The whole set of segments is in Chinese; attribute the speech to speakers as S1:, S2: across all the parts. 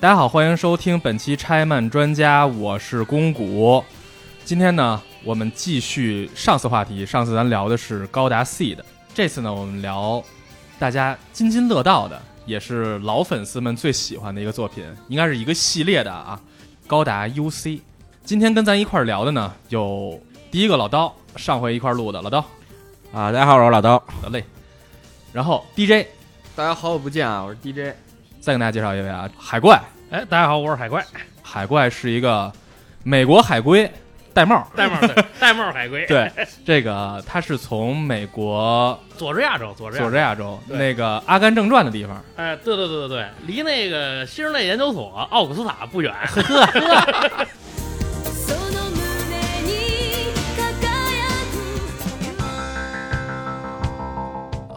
S1: 大家好，欢迎收听本期拆漫专家，我是公谷。今天呢，我们继续上次话题，上次咱聊的是高达 C 的，这次呢，我们聊大家津津乐道的，也是老粉丝们最喜欢的一个作品，应该是一个系列的啊，高达 UC。今天跟咱一块儿聊的呢，有第一个老刀，上回一块儿录的老刀，
S2: 啊，大家好，我是老刀。
S1: 得嘞。然后 DJ
S3: 大家好久不见啊，我是 DJ。
S1: 再跟大家介绍一位啊，海怪，
S4: 哎，大家好，我是 海怪，
S1: 海怪是一个美国海龟，戴帽儿。
S4: 戴帽儿的戴帽儿海龟，
S1: 对，这个他是从美国
S4: 佐治亚州，佐治亚
S1: 佐治亚州
S4: 对
S1: 那个《阿甘正传》的地方，
S4: 哎，对对对对对，离那个新人类研究所 奥古斯塔 不远，
S5: その胸に輝く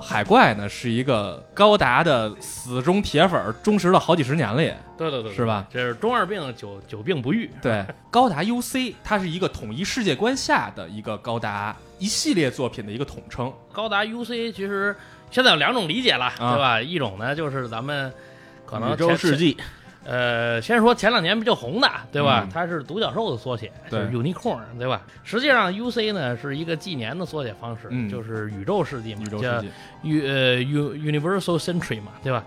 S1: 海怪呢是一个高达的死忠铁粉儿，忠实了好几十年了也。
S4: 对对对，对
S1: 是吧？
S4: 这是中二病久久病不愈，
S1: 对，高达 UC 它是一个统一世界观下的一个高达一系列作品的一个统称。
S4: 高达 UC 其实现在有两种理解了，
S1: 啊
S4: 对吧？一种呢就是咱们可能
S2: 宇宙
S4: 前
S2: 世，纪，
S4: 呃，先说前两年比较红的，对吧？
S1: 嗯
S4: 它是独角兽的缩写，就
S1: 对
S4: 是 unicorn，对吧？实际上 UC 呢是一个纪年的缩写方式，
S1: 嗯
S4: 就是宇宙世纪嘛，
S1: 宇宙
S4: 叫
S1: 世纪，
S4: U 呃 U Universal Century 嘛，对吧？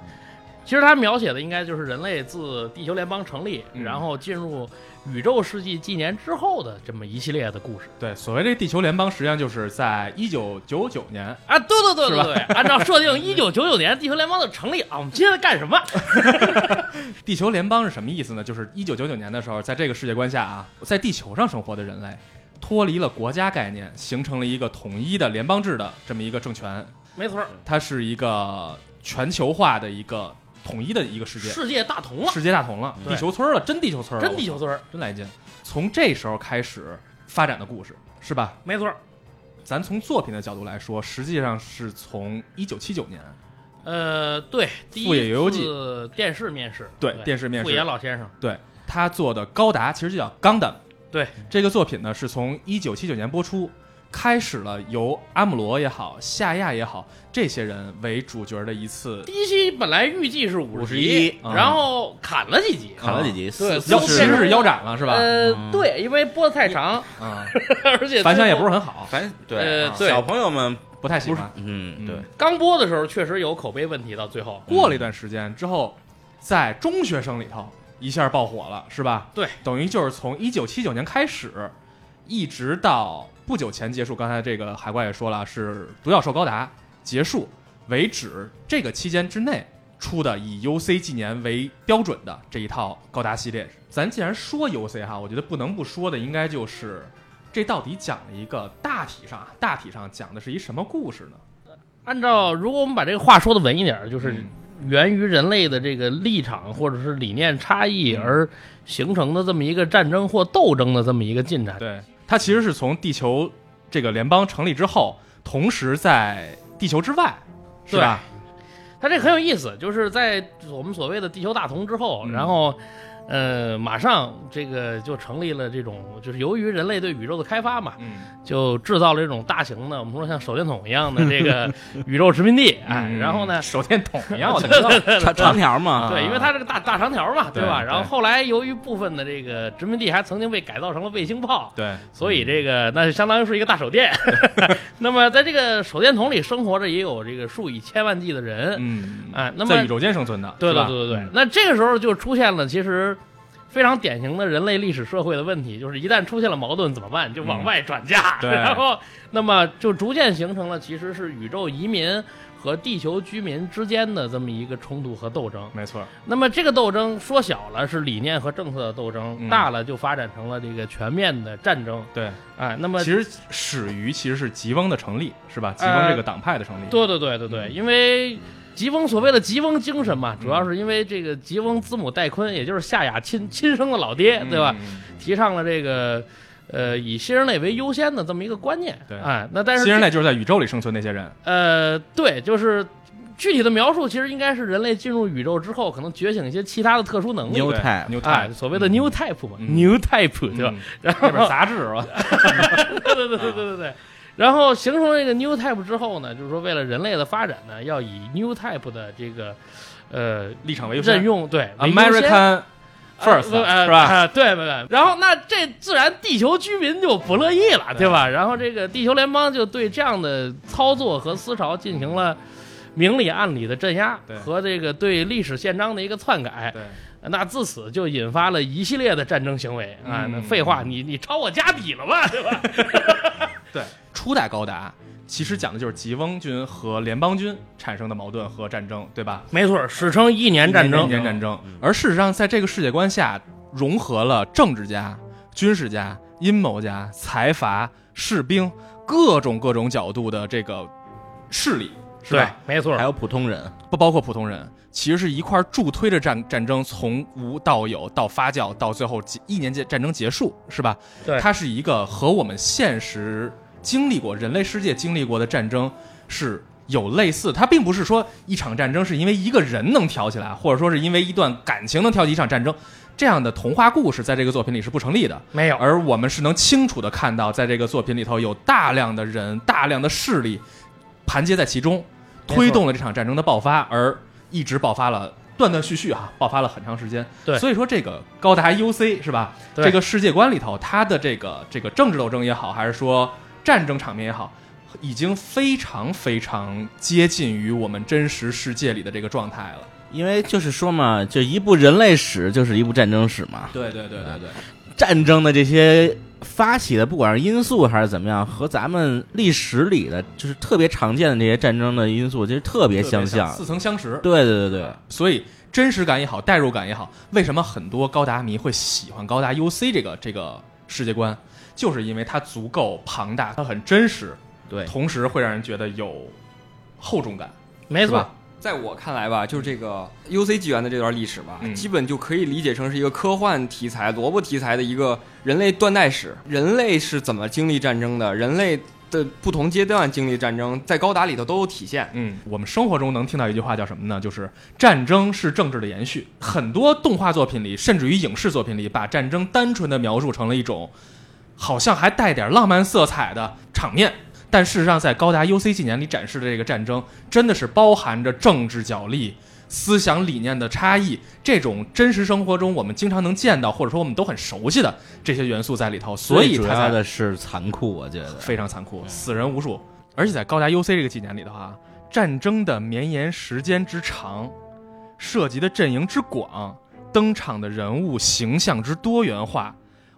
S4: 其实它描写的应该就是人类自地球联邦成立，
S1: 嗯
S4: 然后进入宇宙世纪纪年之后的这么一系列的故事
S1: 对，所谓这地球联邦，实际上就是在一九九九年，
S4: 啊！对对对对对，按照设定，一九九九年地球联邦的成立啊，我们接着干什么？
S1: 地球联邦是什么意思呢？就是一九九九年的时候，在这个世界观下啊，在地球上生活的人类，脱离了国家概念，形成了一个统一的联邦制的这么一个政权，
S4: 没错儿，
S1: 它是一个全球化的一个统一的一个世界，
S4: 世界大同了，
S1: 世界大同了，
S4: 对
S1: 地球村了，真地球村了，
S4: 真地球村儿，
S1: 真来劲。从这时候开始发展的故事是吧？
S4: 没错儿。
S1: 咱从作品的角度来说，实际上是从一九七九年
S4: 呃，对，第
S1: 富野由
S4: 一
S1: 悠
S4: 次电视面试，
S1: 对电视面
S4: 富
S1: 试
S4: 野老先生，
S1: 对他做的高达，其实就叫钢弹。
S4: 对
S1: 这个作品呢，是从一九七九年播出，开始了由阿姆罗也好、夏亚也好这些人为主角的一次
S4: 第一期本来预计是五十集，
S1: 51
S4: 然后砍了几集，
S2: 砍了几集，
S4: 对
S2: 四
S1: 腰
S2: 四
S1: 其实
S4: 是
S2: 十，
S1: 是腰斩了，是吧？
S4: 呃，
S2: 嗯
S4: 对，因为播的太长，
S1: 啊，
S4: 而且
S1: 反响也不
S4: 最
S1: 是
S4: 后
S1: 很啊好，
S2: 反正
S4: 呃
S2: 对
S4: 对
S2: 小朋友们，
S1: 不太喜欢。
S2: 嗯，对
S1: 嗯，
S4: 刚播的时候确实有口碑问题，到最后
S1: 过了一段时间之后，在中学生里头一下爆火了，是吧？
S4: 对，
S1: 等于就是从一九七九年开始，一直到不久前结束。刚才这个海怪也说了，是独角兽高达结束为止，这个期间之内出的以 UC 纪年为标准的这一套高达系列。咱既然说 UC 哈，我觉得不能不说的应该就是。这到底讲了一个大体上啊，大体上讲的是一什么故事呢？
S4: 按照如果我们把这个话说的文一点儿，就是
S1: 嗯
S4: 源于人类的这个立场或者是理念差异
S1: 嗯
S4: 而形成的这么一个战争或斗争的这么一个进展。
S1: 对，它其实是从地球这个联邦成立之后，同时在地球之外，是吧？
S4: 它这很有意思，就是在我们所谓的地球大同之后，
S1: 嗯
S4: 然后。呃，马上这个就成立了这种，就是由于人类对宇宙的开发嘛，
S1: 嗯，
S4: 就制造了这种大型的，我们说像手电筒一样的这 个宇宙殖民地，哎，然后呢，
S1: 手电筒一样， 我知道
S2: 长长条嘛，
S4: 对，因为它这个大大长条嘛，
S1: 对
S4: 吧？
S1: 啊对
S4: 然后后来由于部分的这个殖民地还曾经被改造成了卫星炮，
S1: 对，
S4: 所以这个那就相当于是一个大 手电。那么在这个手电筒里生活着也有这个数以千万计的人，
S1: 嗯，
S4: 哎，那
S1: 在
S4: 么
S1: 宇宙间生存的，
S4: 对
S1: 是吧
S4: 对对对对
S1: 嗯，
S4: 那这个时候就出现了其实。非常典型的人类历史社会的问题，就是一旦出现了矛盾怎么办？就往外转嫁，
S1: 嗯对
S4: 然后那么就逐渐形成了其实是宇宙移民和地球居民之间的这么一个冲突和斗争。
S1: 没错，
S4: 那么这个斗争说小了是理念和政策的斗争，
S1: 嗯
S4: 大了就发展成了这个全面的战争。
S1: 对，
S4: 哎，那么呃
S1: 其实始于其实是吉翁的成立，是吧？吉翁这个党派的成立，
S4: 对对对对对，
S1: 嗯
S4: 因为吉翁所谓的吉翁精神嘛，
S1: 嗯
S4: 主要是因为这个吉翁子母戴坤，也就是夏雅亲亲生的老爹，对吧？
S1: 嗯？
S4: 提倡了这个。呃，以新人类为优先的这么一个观念，
S1: 对
S4: 哎，那但是
S1: 新人类就是在宇宙里生存那些人，
S4: 呃，对，就是具体的描述，其实应该是人类进入宇宙之后，可能觉醒一些其他的特殊能力，
S2: New
S1: 对
S2: type
S1: 牛太
S4: 哎，，所谓的
S1: 嗯
S4: new type 嘛
S1: 嗯
S4: ，new type 对吧？
S1: 嗯？
S4: 然
S1: 那
S4: 后
S1: 本杂志是吧？
S4: 对对对对对对对。然后形成这个 New Type 之后呢，就是说为了人类的发展呢，要以 New Type 的这个呃
S1: 立场为
S4: 任
S1: 先
S4: 用对为优先
S1: American
S4: 呃
S1: 啊 first，
S4: 不呃
S1: 是吧
S4: 啊对对对。然后那这自然地球居民就不乐意了，对吧？然后这个地球联邦就对这样的操作和思潮进行了明里暗里的镇压
S1: 对
S4: 和这个对历史宪章的一个篡改。
S1: 对，
S4: 那自此就引发了一系列的战争行为啊！
S1: 嗯
S4: 那废话，你你抄我家底了吧，对吧？
S1: 初代高达其实讲的就是吉翁军和联邦军产生的矛盾和战争，对吧？
S4: 没错，史称一年战
S1: 一
S4: 争。嗯
S1: 年战争。而事实上，在这个世界观下，融合了政治家、军事家、阴谋家、财阀、士兵各种各种角度的这个势力，是
S4: 对
S1: 吧？，
S4: 没错
S2: 还。有普通人，
S1: 不包括普通人，其实是一块儿助推着战战争从无到有，到发酵，到最后结一年结战争结束，是吧？
S4: 对
S1: 它是一个和我们现实经历过、人类世界经历过的战争是有类似，它并不是说一场战争是因为一个人能挑起来，或者说是因为一段感情能挑起一场战争。这样的童话故事在这个作品里是不成立的，
S4: 没有，
S1: 而我们是能清楚的看到，在这个作品里头有大量的人、大量的势力盘结在其中，
S4: 没错
S1: 推动了这场战争的爆发，而一直爆发了断断续续啊，爆发了很长时间。
S4: 对
S1: 所以说这个高达 UC 是吧？
S4: 对
S1: 这个世界观里头，它的这个这个政治斗争也好，还是说战争场面也好。已经非常非常接近于我们真实世界里的这个状态了。
S2: 因为就是说嘛，就一部人类史就是一部战争史嘛。
S1: 对对对对对，
S2: 战争的这些发起的，不管是因素还是怎么样，和咱们历史里的就是特别常见的这些战争的因素，其实特别相像。
S1: 似曾相识。
S2: 对对对对，
S1: 所以真实感也好，代入感也好，为什么很多高达迷会喜欢高达 UC 这个这个世界观，就是因为它足够庞大，它很真实，
S2: 对
S1: 同时会让人觉得有厚重感，
S4: 没
S1: 是
S4: 错
S1: 吧，？
S3: 在我看来吧，就是这个 U C 纪元的这段历史吧，
S1: 嗯
S3: 基本就可以理解成是一个科幻题材、萝卜题材的一个人类断代史。人类是怎么经历战争的？人类的不同阶段经历战争，在高达里头都有体现。
S1: 嗯，我们生活中能听到一句话叫什么呢？就是战争是政治的延续。很多动画作品里，甚至于影视作品里，把战争单纯的描述成了一种好像还带点浪漫色彩的场面。但事实上，在高达 UC 纪年里展示的这个战争，真的是包含着政治角力、思想理念的差异，这种真实生活中我们经常能见到，或者说我们都很熟悉的这些元素在里头，所以
S2: 最主
S1: 它
S2: 要
S1: 才
S2: 的是啊残酷，我觉得。
S1: 非常残酷，死人无数。而且在高达 UC 这个几年里的话，战争的绵延时间之长，涉及的阵营之广，登场的人物形象之多元化，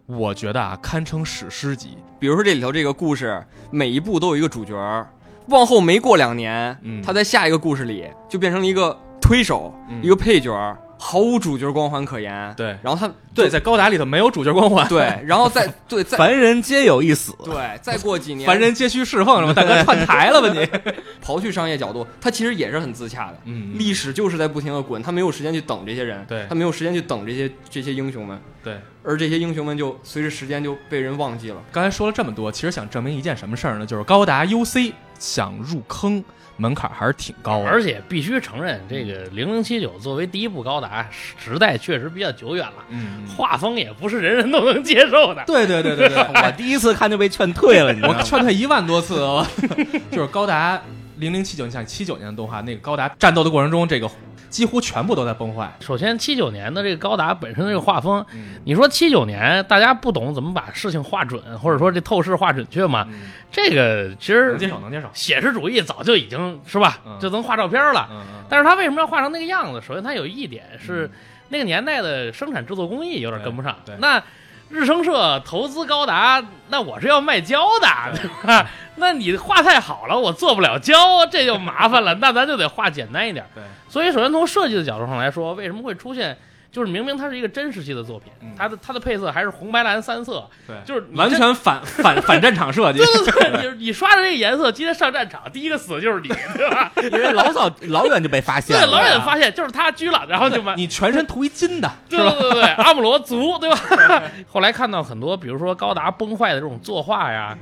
S1: 我觉得啊，堪称史诗级。
S3: 比如说这里头这个故事，每一部都有一个主角儿，往后没过两年，
S1: 嗯
S3: 他在下一个故事里就变成了一个推手，
S1: 嗯
S3: 一个配角儿，毫无主角光环可言。
S1: 对
S3: 然后他
S1: 对，在高达里头没有主角光环，
S3: 对，然后再对再
S2: 凡人皆有一死，
S3: 对再过几年，
S1: 凡人皆须侍奉，什么大哥串台了吧你？
S3: 刨去商业角度，他其实也是很自洽的。
S1: 嗯，
S3: 历史就是在不停的滚，他没有时间去等这些人，
S1: 对
S3: 他没有时间去等这些这些英雄们，
S1: 对。
S3: 而这些英雄们就随着时间就被人忘记了。
S1: 刚才说了这么多，其实想证明一件什么事儿呢？就是高达 UC 想入坑门槛还是挺高的。
S4: 而且必须承认，这个零零七九作为第一部高达，时代确实比较久远了，
S1: 嗯，
S4: 画风也不是人人都能接受的。
S1: 对对对对 对，
S2: 我第一次看就被劝退了，你知道
S1: 我
S2: 吗？
S1: 劝退一万多次哦， 就是高达零零七九，你想七九年的动画，那个高达战斗的过程中，这个几乎全部都在崩坏。
S4: 首先，七九年的这个高达本身这个画风，你说七九年大家不懂怎么把事情画准，或者说这透视画准确嘛？
S1: 嗯，
S4: 这个其
S1: 能接
S4: 实
S1: 受，能接受。
S4: 写实主义早就已经是吧
S1: 嗯，
S4: 就能画照片了。
S1: 嗯嗯，
S4: 但是他为什么要画成那个样子？首先，他有一点是那个年代的生产制作工艺有点跟不上。
S1: 对对
S4: 那日升社投资高达，那我是要卖胶的，对吧？那你画太好了，我做不了胶，这就麻烦了。那咱就得画简单一点。
S1: 对，
S4: 所以，首先从设计的角度上来说，为什么会出现？就是明明它是一个真时期的作品
S1: 嗯，
S4: 它的它的配色还是红白蓝三色，
S1: 对，
S4: 就是你
S1: 完
S4: 这
S1: 全反反反战场设计
S4: 对。对对，就是你刷的这个颜色，今天上战场第一个死的就是你，对吧？
S2: 因为老早老远就被发现
S4: 对，
S2: 了，
S4: 老
S1: 啊
S4: 远发现就是他狙了，然啊后 就把
S1: 你全身涂一金的，
S4: 对对对对，阿姆罗族，对吧？ 后来看到很多，比如说高达崩坏的这种作画呀，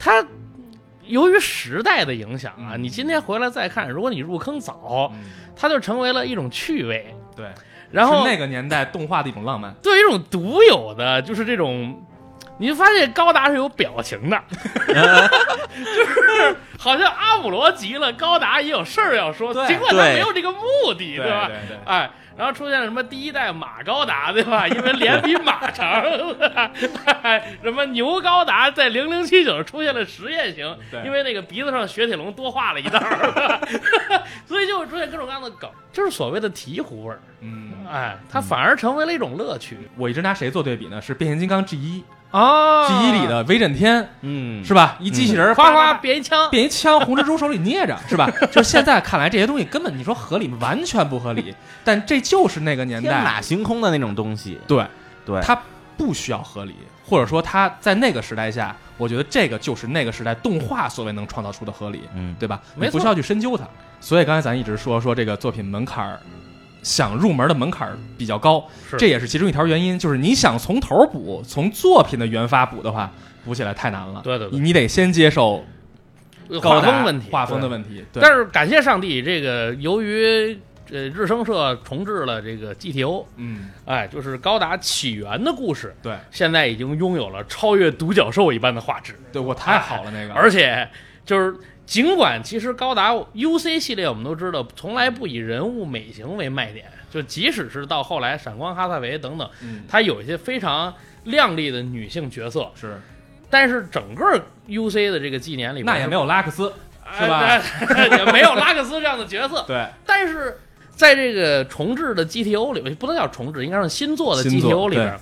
S4: 它由于时代的影响啊，
S1: 嗯
S4: 你今天回来再看，如果你入坑早，它就成为了一种趣味，
S1: 对，
S4: 嗯然后
S1: 是那个年代动画的一种浪漫。
S4: 对于一种独有的，就是这种你就发现高达是有表情的，就是好像阿姆罗急了，高达也有事儿要说，
S3: 对
S4: 尽管他
S2: 对
S4: 没有这个目的，
S1: 对
S4: 吧？
S1: 对对
S4: 哎，然后出现了什么第一代马高达，对吧？因为脸比马长，哎什么牛高达在零零七九出现了实验型
S1: 对，
S4: 因为那个鼻子上雪铁龙多画了一道儿， 所以就会出现各种各样的梗，就是所谓的醍醐味儿。
S1: 嗯，
S4: 哎，它反而成为了一种乐趣
S1: 我一直拿谁做对比呢？是变形金刚 G 一
S4: 哦
S1: ，G 一里的威震天
S2: 嗯，
S1: 是吧？一机器人儿
S4: 哗
S1: 叭叭
S4: 哗
S1: 叭
S4: 变一 枪，
S1: 变一枪，红蜘蛛手里捏着，是吧？就是现在看来这些东西根本你说合理吗？完全不合 理，但这就是那个年
S2: 天马
S1: 代，
S2: 行空的那种东西，
S1: 对，
S2: 对，
S1: 它不需要合理，或者说它在那个时代下，我觉得这个就是那个时代动画所谓能创造出的合理，
S2: 嗯，
S1: 对吧？
S4: 没
S1: 你不
S4: 错
S1: 需要去深究它。所以刚才咱一直说说这个作品门槛儿，想入门的门槛儿比较高，
S4: 是
S1: 这也是其中一条原因。就是你想从头补，从作品的原发补的话，补起来太难了。
S4: 对对对
S1: 你得先接受高
S4: 画
S1: 达
S4: 风问题，
S1: 画风的
S4: 题。
S1: 问题。对，
S4: 但
S1: 是
S4: 是感谢上帝，这个由于呃日升社重置了这个 GTO，
S1: 嗯，
S4: 哎，就是高达起源的故事，
S1: 对
S4: 现在已经拥有了超越独角兽一般的画质，
S1: 对，我太好了那个，
S4: 而且就是尽管其实高达 UC 系列我们都知道，从来不以人物美型为卖点，就即使是到后来闪光哈萨维等等，
S1: 嗯
S4: 它有一些非常亮丽的女性角色，
S1: 是
S4: 但是整个 UC 的这个纪年里边，
S1: 那也没有拉克斯，
S4: 哎
S1: 是吧？
S4: 那 也没有拉克斯这样的角色，
S1: 对，
S4: 但是在这个重置的 GTO 里，不能叫重置，应该是新做的
S1: 新作
S4: GTO 里边，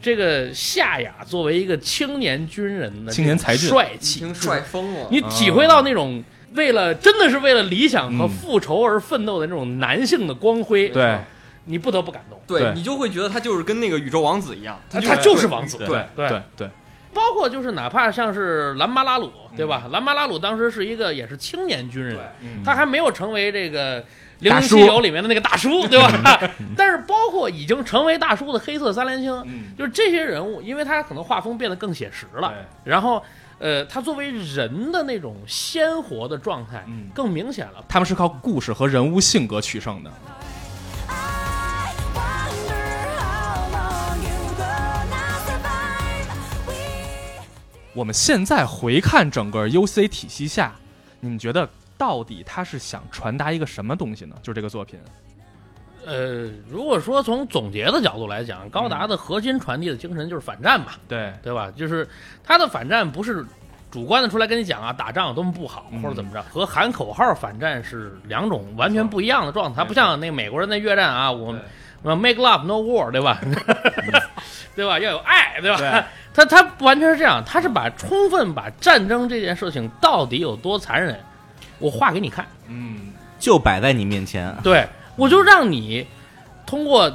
S4: 这个夏雅作为一个青年军人的
S1: 青年才俊
S4: 帅
S3: 一
S4: 气，
S3: 听帅疯了，
S4: 你体会到那种为了真的是为了理想和
S1: 嗯
S4: 复仇而奋斗的那种男性的光辉，
S1: 对，
S4: 你不得不感动。
S1: 对
S3: 对你就会觉得他就是跟那个宇宙王子一样，
S4: 他就是王子，
S3: 对
S4: 对
S1: 对对，
S4: 包括就是哪怕像是兰巴拉鲁，对吧？兰巴拉鲁当时是一个也是青年军人，
S1: 嗯
S4: 他还没有成为这个《零
S1: 大
S4: 零
S1: 叔嗯
S4: 七九》里面的那个大叔，对吧？但是包括已经成为大叔的黑色三连星，
S1: 嗯
S4: 就是这些人物，因为他可能画风变得更写实了，然后呃，他作为人的那种鲜活的状态
S1: 嗯
S4: 更明显了。
S1: 他们是靠故事和人物性格取胜的。
S5: I wonder how long you gonna survive. We
S1: 我们现在回看整个 UC 体系下，你们觉得到底他是想传达一个什么东西呢？就是这个作品，
S4: 呃，如果说从总结的角度来讲，高达的核心传递的精神就是反战吧，
S1: 对，
S4: 对吧？就是他的反战不是主观的出来跟你讲啊，打仗有多么不好
S1: 嗯
S4: 或者怎么着，和喊口号反战是两种完全不一样的状态。它
S1: 没错
S4: 不像那个美国人在越战啊，我
S1: 对
S4: 我 make love no war，对吧？对吧？要有爱，对吧？他他完全是这样，他是把充分把战争这件事情到底有多残忍，我画给 你看，
S1: 嗯，
S2: 就摆在你面前，
S4: 对我就让你通过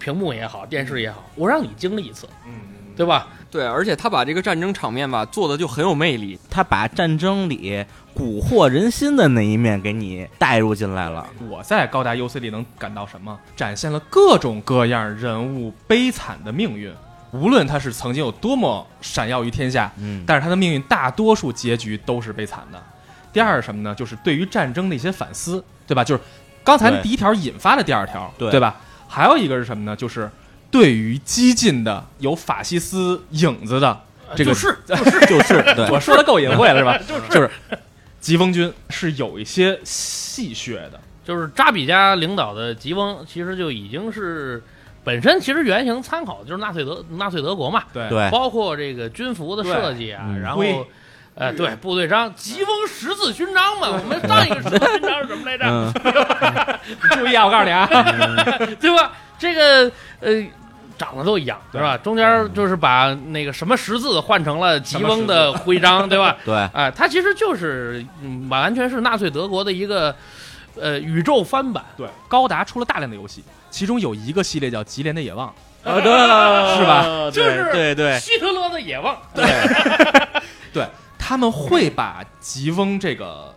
S4: 屏幕也好，电视也好，我让你经历一次，
S1: 嗯，
S4: 对吧？
S3: 对，而且他把这个战争场面吧做的就很有魅力，
S2: 他把战争里蛊惑人心的那一面给你带入进来了。
S1: 我在高达 UC 里能感到什么？展现了各种各样人物悲惨的命运，无论他是曾经有多么闪耀于天下，
S2: 嗯，
S1: 但是他的命运大多数结局都是悲惨的。第二是什么呢？就是对于战争的一些反思，对吧？就是刚才
S2: 对
S1: 第一条引发的第二条，
S2: 对
S1: 吧？还有一个是什么呢？就是对于激进的有法西斯影子的这个，
S4: 就是
S2: 就是对，
S1: 我说的够隐晦了是 吧？就是就是疾风军是有一些戏谑的，
S4: 就是扎比加领导的吉翁，其实就已经是本身其实原型参考的就是纳粹德纳粹德国嘛，
S1: 对
S2: 对
S4: 包括这个军服的设计啊，
S2: 对嗯
S4: 然
S1: 徽
S4: 后。呃，对，部队章，疾风十字勋章嘛，我们上一个十字勋章是什么来着？
S2: 嗯，
S1: 注意啊，我告诉你啊，
S4: 对吧？这个呃，长得都一样，
S1: 对
S4: 是吧？中间就是把那个什么十字换成了吉翁的徽章，对吧？
S2: 对，
S4: 啊、它其实就是嗯完全是纳粹德国的一个呃宇宙翻版，
S1: 对，高达出了大量的游戏，其中有一个系列叫《吉连的野望》，
S2: 啊，对，
S1: 是吧
S4: 就是
S2: 对对
S4: 希特勒的野望，
S1: 对，他们会把吉翁这个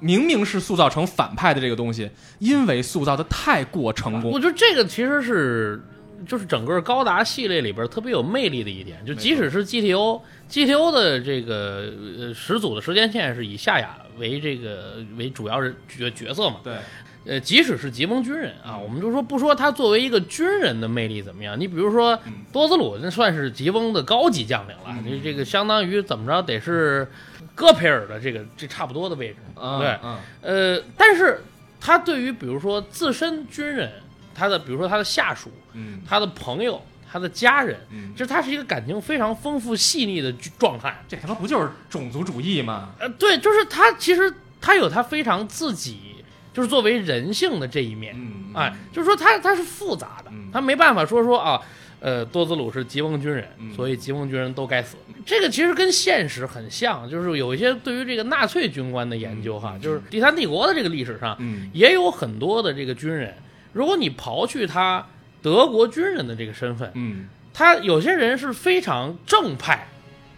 S1: 明明是塑造成反派的这个东西，因为塑造的太过成
S4: 我
S1: 功，
S4: 觉得这个其实是就是整个高达系列里边特别有魅力的一点，就即使是 GTO。GTO 的这个呃始祖的时间线是以夏雅为这个为主要人角角色嘛，
S1: 对，
S4: 呃，即使是结盟军人啊，我们就说不说他作为一个军人的魅力怎么样，你比如说多兹鲁，那算是结盟的高级将领了，你这个相当于怎么着得是戈培尔的这个这差不多的位置，
S3: 嗯
S4: 对，
S3: 嗯
S4: 呃，但是他对于比如说自身军人，他的比如说他的下属、
S1: 嗯
S4: 他的朋友、他的家人，
S1: 嗯，
S4: 就是他是一个感情非常丰富细腻的军壮汉。
S1: 这他妈不就是种族主义吗？
S4: 呃，对，就是他其实他有他非常自己，就是作为人性的这一面，
S1: 嗯
S4: 哎，就是说他他是复杂的
S1: 嗯，
S4: 他没办法说说啊，呃，多兹鲁是吉翁军人
S1: 嗯，
S4: 所以吉翁军人都该死。这个其实跟现实很像，就是有一些对于这个纳粹军官的研究哈，就是第三帝国的这个历史上
S1: 嗯
S4: 也有很多的这个军人，如果你刨去他德国军人的这个身份，
S1: 嗯，
S4: 他有些人是非常正派，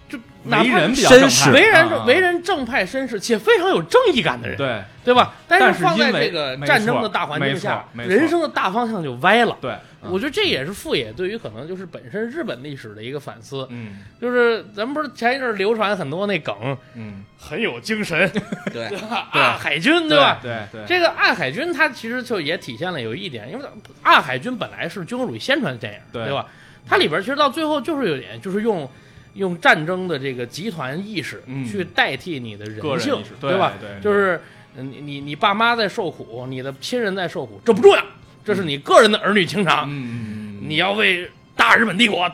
S4: 就哪
S1: 为
S4: 怕
S1: 人比较
S2: 绅
S1: 正
S2: 士
S1: 派
S4: 为人
S1: 啊
S4: 为人正派绅士且非常有正义感的人，
S1: 对
S4: 对吧？
S1: 但
S4: 但
S1: 是
S4: 放在
S1: 因为
S4: 这个
S1: 没
S4: 战
S1: 错
S4: 争的大环
S1: 没
S4: 境
S1: 错
S4: 下，
S1: 没错嗯
S4: 人生的大方向就歪了。
S1: 对，
S4: 我觉得这也是富野对于可能就是本身日本历史的一个反思，
S1: 嗯
S4: 就是咱们不是前一阵儿流传很多那梗，
S1: 嗯，
S4: 很有精神，
S2: 对
S4: 对吧？ 啊，海军
S1: 对
S4: 对吧？
S1: 对对，
S4: 这个暗海军它其实就也体现了有一点，因为暗海军本来是军国主义宣传电影，
S1: 对
S4: 对吧？它里边其实到最后就是有点，就是用用战争的这个集团意识
S1: 嗯
S4: 去代替你的
S1: 个
S4: 人
S1: 人
S4: 性，
S1: 意识对
S4: 对吧？
S1: 对对
S4: 就是呃你你你爸妈在受苦，你的亲人在受苦，这不重要，这是你个人的儿女情长，
S1: 嗯嗯，
S4: 你要为大日本帝国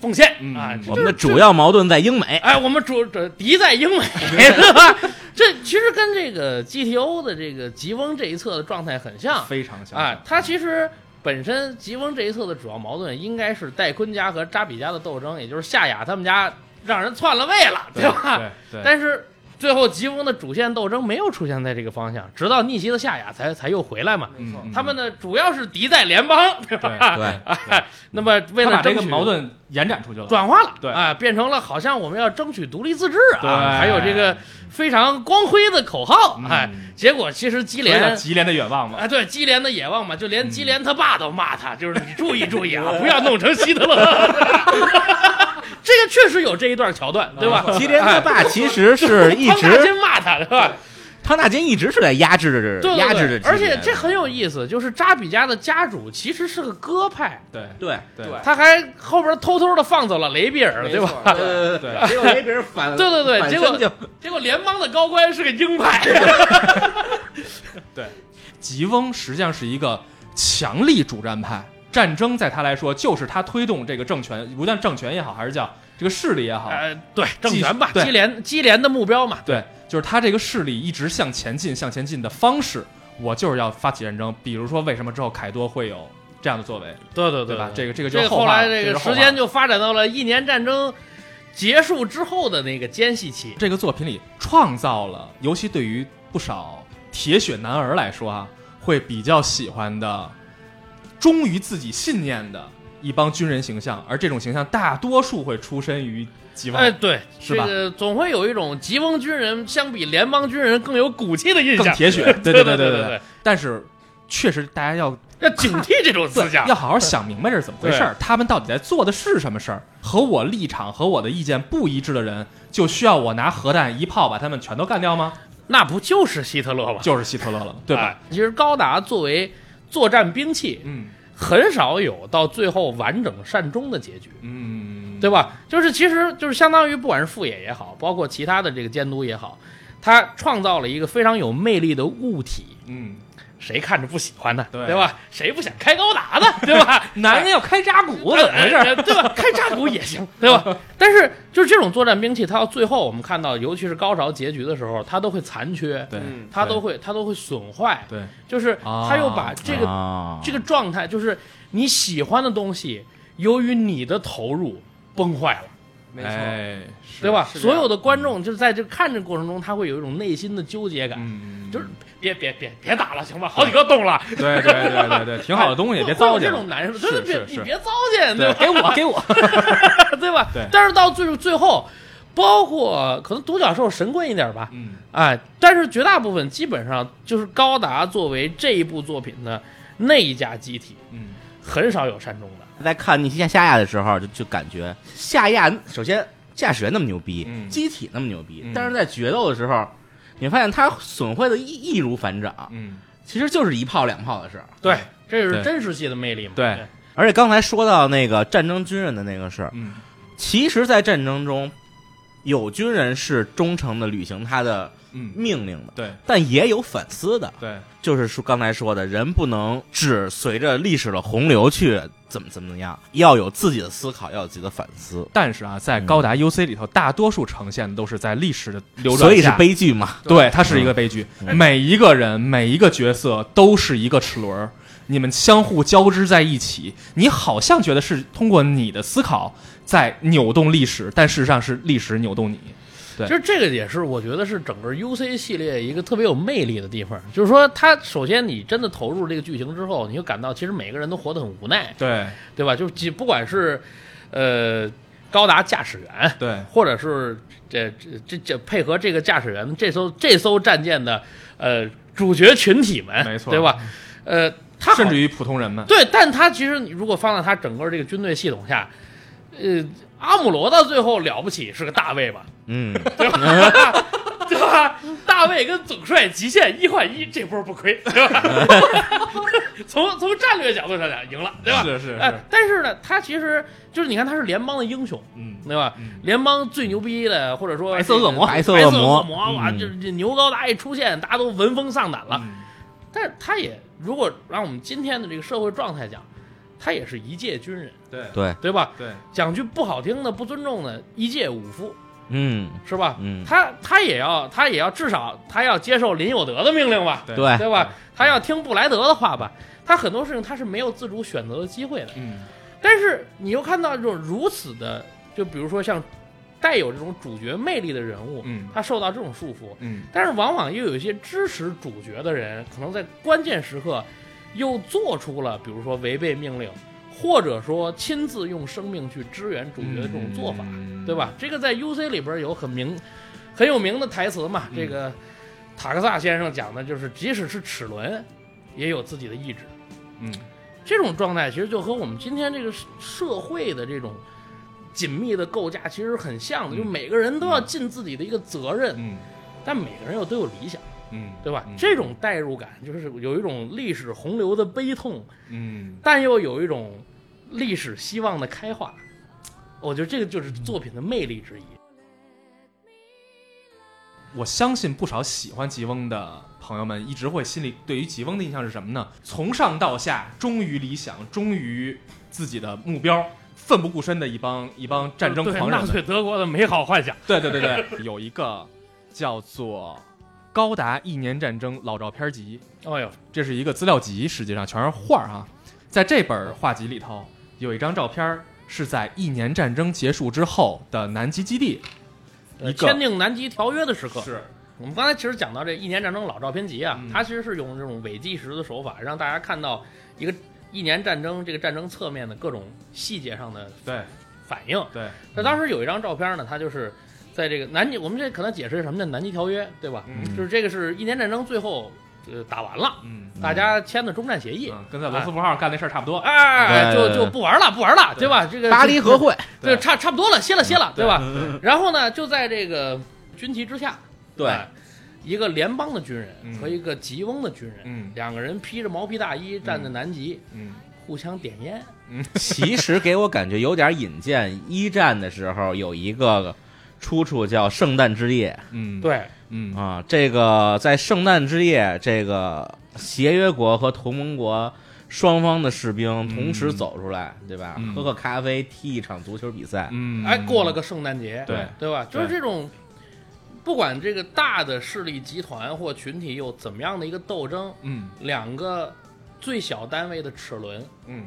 S4: 奉献、
S1: 嗯
S4: 啊！
S1: 嗯
S4: 这
S2: 我们的主要矛盾在英美，
S4: 哎，我们主主敌在英美，对 吧？这其实跟这个 GTO 的这个吉翁这一侧的状态很像
S1: 非常像
S4: 啊。它其实本身吉翁这一侧的主要矛盾应该是戴坤家和扎比家的斗争，也就是夏雅他们家让人篡了位了，
S1: 对
S4: 吧？
S1: 对，
S4: 但是最后吉翁的主线斗争没有出现在这个方向，直到逆袭的夏雅才才又回来嘛。
S1: 没错
S4: 他们呢，主要是敌在联邦，对吧？
S2: 对
S4: 那么为
S1: 他
S4: 了
S1: 把这
S4: 争
S1: 个
S4: 取
S1: 矛盾延展出去了，
S4: 转化了，
S1: 对
S4: 啊，变成了好像我们要争取独立自治
S1: 对
S4: 啊，还有这个非常光辉的口
S1: 嗯
S4: 号，哎，结果其实基
S1: 所以叫
S4: 连。
S1: 吉连的远望嘛，
S4: 啊，对，基连的野望嘛，就连基连他爸都骂他，就是你注意注意啊，不要弄成希特勒。这个确实有这一段桥段，对吧？哎
S2: 吉连他爸其实是一
S4: 汤大
S2: 直
S4: 金骂他，对吧？
S2: 汤大金一直是在压制
S4: 对
S2: 着
S4: 对对
S2: 压制着，
S4: 而且这很有意思，就是扎比家的家主其实是个鸽派，
S1: 对
S2: 对
S1: 对
S3: 对
S4: 他还后边偷偷的放走了雷比尔，对吧？
S3: 嗯没错 对
S2: 呃
S1: 对
S2: 结果没别人反
S4: 对对对
S2: 反身
S4: 结果
S2: 就
S4: 结果联邦的高官是个鹰派，
S1: 吉翁实际上是一个强力主战派，战争在他来说就是他推动这个政权，无论政权也好，还是叫这个势力也好，
S4: 呃，对，政
S1: 技
S4: 权吧，
S1: 对
S4: 基连基连的目标嘛，
S1: 对，就是他这个势力一直向前进、向前进的方式，我就是要发起战争。比如说，为什么之后凯多会有这样的作为，
S4: 对对
S1: 对吧？这
S4: 个
S1: 个这个就
S4: 这
S1: 是
S4: 个后来
S1: 这
S4: 这个时间就发展到了一年战争结束之后的那个间隙期，
S1: 这个作品里创造了，尤其对于不少铁血男儿来说啊，会比较喜欢的，忠于自己信念的一帮军人形象，而这种形象大多数会出身于吉翁。
S4: 哎，对，
S1: 是
S4: 这
S1: 吧
S4: 个总会有一种吉翁军人相比联邦军人更有骨气的印
S1: 更
S4: 象，
S1: 铁血，对
S4: 对
S1: 对
S4: 对
S1: 对
S4: 对对，
S1: 但是确实大家要
S4: 要警惕这种思想
S1: 要。好好想明白这是怎么回事儿，他们到底在做的是什么事儿，和我立场和我的意见不一致的人，就需要我拿核弹一炮把他们全都干掉吗？
S4: 那不就是希特勒吗？
S1: 就是希特勒了，对吧
S4: 哎？？其实高达作为作战兵器，
S1: 嗯
S4: 很少有到最后完整善终的结局。
S1: 嗯，
S4: 对吧？就是其实就是相当于不管是富野也好，包括其他的这个监督也好，他创造了一个非常有魅力的物体，
S1: 嗯，
S4: 谁看着不喜欢呢？
S1: 对？
S4: 对吧？谁不想开高达呢？对吧
S1: 男人要开扎古
S4: 我
S1: 怎么回事？
S4: 对吧？开扎古也行，对吧？但是就是这种作战兵器，它到最后我们看到，尤其是高潮结局的时候，它都会残缺，
S1: 对
S3: 嗯，
S4: 它都会它都会损坏，
S1: 对，
S4: 就是
S1: 啊
S4: 它又把这个
S2: 啊
S4: 这个状态，就是你喜欢的东西，由于你的投入崩坏了。
S3: 没错，
S1: 哎，是
S4: 对吧？
S3: 是这
S4: 所
S3: 样
S4: 有的观众就是在这看这过程中，他会有一种内心的纠结感，
S1: 嗯，
S4: 就是别别别别打了，行吧？好几个洞了，
S1: 对对对对对，挺好的东西，
S4: 哎
S1: 别
S4: 会
S1: 糟
S4: 有
S1: 践
S4: 这
S1: 了
S4: 种。难受，
S1: 是
S4: 对对，
S1: 是
S4: 别
S1: 是
S4: 你别糟践，对
S1: 对，
S4: 吧？
S1: 给我给我，
S4: 对吧？
S1: 对
S4: 但是到最后最后，包括可能独角兽神棍一点吧，
S1: 嗯，
S4: 哎，但是绝大部分基本上就是高达作为这一部作品的那一家机体，
S1: 嗯，
S4: 很少有善终的。
S2: 在看那些夏亚的时候，就就感觉夏亚首先驾驶员那么牛逼，
S1: 嗯
S2: 机体那么牛逼，
S1: 嗯
S2: 但是在决斗的时候，你发现他损坏的易易如反掌。
S1: 嗯，
S2: 其实就是一炮两炮的事儿。
S4: 对，这是
S1: 对
S4: 真实戏的魅力嘛。
S1: 对
S4: 对，
S2: 而且刚才说到那个战争军人的那个事儿，
S1: 嗯，
S2: 其实，在战争中，有军人是忠诚的履行他的
S1: 嗯，
S2: 命令的，
S1: 对
S2: 但也有反思的。
S1: 对，
S2: 就是说刚才说的，人不能只随着历史的洪流去怎么怎么样，要有自己的思考，要有自己的反思。
S1: 但是啊，在高达 UC 里头，大多数呈现的都是在历史的流转下，
S2: 所以是悲剧嘛？
S1: 对，它是一个悲剧。每一个人、每一个角色都是一个齿轮儿，你们相互交织在一起。你好像觉得是通过你的思考在扭动历史，但事实上是历史扭动你。对
S4: 其实这个也是我觉得是整个 UC 系列一个特别有魅力的地方，就是说它首先你真的投入这个剧情之后，你会感到其实每个人都活得很无奈，
S1: 对
S4: 对吧？就是即不管是呃高达驾驶员，
S1: 对
S4: 或者是这这这这配合这个驾驶员这艘这艘战舰的呃主角群体们，
S1: 没错嗯
S4: 对吧？呃，他好
S1: 甚至于普通人们，
S4: 对，但他其实你如果放到他整个这个军队系统下，呃，阿姆罗到最后了不起是个大卫吧，
S2: 嗯，
S4: 对吧？ 对吧？大卫跟总帅极限一换一，这波不亏，对吧？ 从从战略角度上讲，赢了，对吧？
S1: 是是
S4: 哎
S1: 是，
S4: 但是呢，他其实就是你看，他是联邦的英雄，
S1: 嗯，
S4: 对吧？联邦最牛逼的，或者说
S2: 白色恶魔
S4: 白
S2: 白色
S4: 恶
S2: 恶魔
S4: 哇，
S2: 嗯
S4: 就是这牛高达一出现，大家都闻风丧胆了。但是他也，如果让我们今天的这个社会状态讲，他也是一介军人，
S1: 对
S2: 对，
S4: 对吧？
S1: 对
S4: 讲句不好听的、不尊重的，一介武夫
S2: 嗯，
S4: 是吧？
S2: 嗯
S4: 他他也要，他也要，至少他要接受林有德的命令吧，
S1: 对
S2: 对，
S4: 对吧？他要听布莱德的话吧。他很多事情他是没有自主选择的机会的。
S1: 嗯，
S4: 但是你又看到这种如此的，就比如说像带有这种主角魅力的人物，
S1: 嗯
S4: 他受到这种束缚，
S1: 嗯，
S4: 但是往往又有一些支持主角的人，可能在关键时刻又做出了，比如说违背命令，或者说亲自用生命去支援主角的这种做
S1: 嗯
S4: 法，对吧？这个在 UC 里边有很明很有名的台词嘛，
S1: 嗯
S4: 这个塔克萨先生讲的就是，即使是齿轮，也有自己的意志。
S1: 嗯，
S4: 这种状态其实就和我们今天这个社社会的这种紧密的构架其实很像的，
S1: 嗯
S4: 就每个人都要尽自己的一个责任，
S1: 嗯
S4: 但每个人又都有理想，
S1: 嗯，
S4: 对吧？
S1: 嗯
S4: 这种代入感就是有一种历史洪流的悲痛，
S1: 嗯，
S4: 但又有一种历史希望的开化。我觉得这个就是作品的魅力之一。
S1: 我相信不少喜欢吉翁的朋友们一直会心里对于吉翁的印象是什么呢？从上到下，忠于理想，忠于自己的目标，奋不顾身的一帮一帮战争狂人
S4: 对纳
S1: 们。
S4: 粹德国的美好幻想，
S1: 对对对对，有一个叫做《高达一年战争老照片集》，
S4: 哎呦，
S1: 这是一个资料集，实际上全是画儿啊。在这本画集里头，有一张照片儿是在一年战争结束之后的南极基地，
S4: 呃
S1: 一个
S4: 签订南极条约的时刻
S1: 是
S4: 我们刚才其实讲到这一年战争老照片集啊，
S1: 嗯
S4: 它其实是用这种伪纪实的手法，让大家看到一个一年战争这个战争侧面的各种细节上的
S1: 对
S4: 反应。
S1: 对，
S4: 那当时有一张照片呢，它就是在这个南极，我们这可能解释什么叫南极条约，对吧？
S1: 嗯
S4: 就是这个是一年战争最后呃打完了，
S1: 嗯
S4: 大家签的中战协议，
S1: 嗯，跟在罗斯福号干那事儿差不多。
S4: 哎，
S2: 对
S4: 就
S2: 对对
S4: 就不玩了，不玩了，对吧？这个
S2: 巴黎和会，
S4: 对，
S1: 对嗯
S4: 差差不多了，歇了歇了，
S1: 对
S4: 对吧？然后呢，就在这个军旗之下，
S2: 对
S4: 哎一个联邦的军人
S1: 嗯
S4: 和一个吉翁的军人，
S1: 嗯
S4: 两个人披着毛皮大衣站在南极，
S1: 嗯
S4: 互相点烟。
S2: 其实给我感觉有点引荐一战的时候有一个出处叫《圣诞之夜
S1: 嗯，
S4: 对，
S1: 嗯》
S2: 啊，这个在圣诞之夜，这个协约国和同盟国双方的士兵同时走出来，对吧？
S1: 嗯
S2: 喝个咖啡，踢一场足球比赛，
S1: 嗯，
S4: 哎，过了个哎圣诞节，
S1: 对
S4: 对吧？就是
S1: 对
S4: 这种，不管这个大的势力集团或群体有怎么样的一个斗争，
S1: 嗯
S4: 两个最小单位的齿轮
S1: 嗯，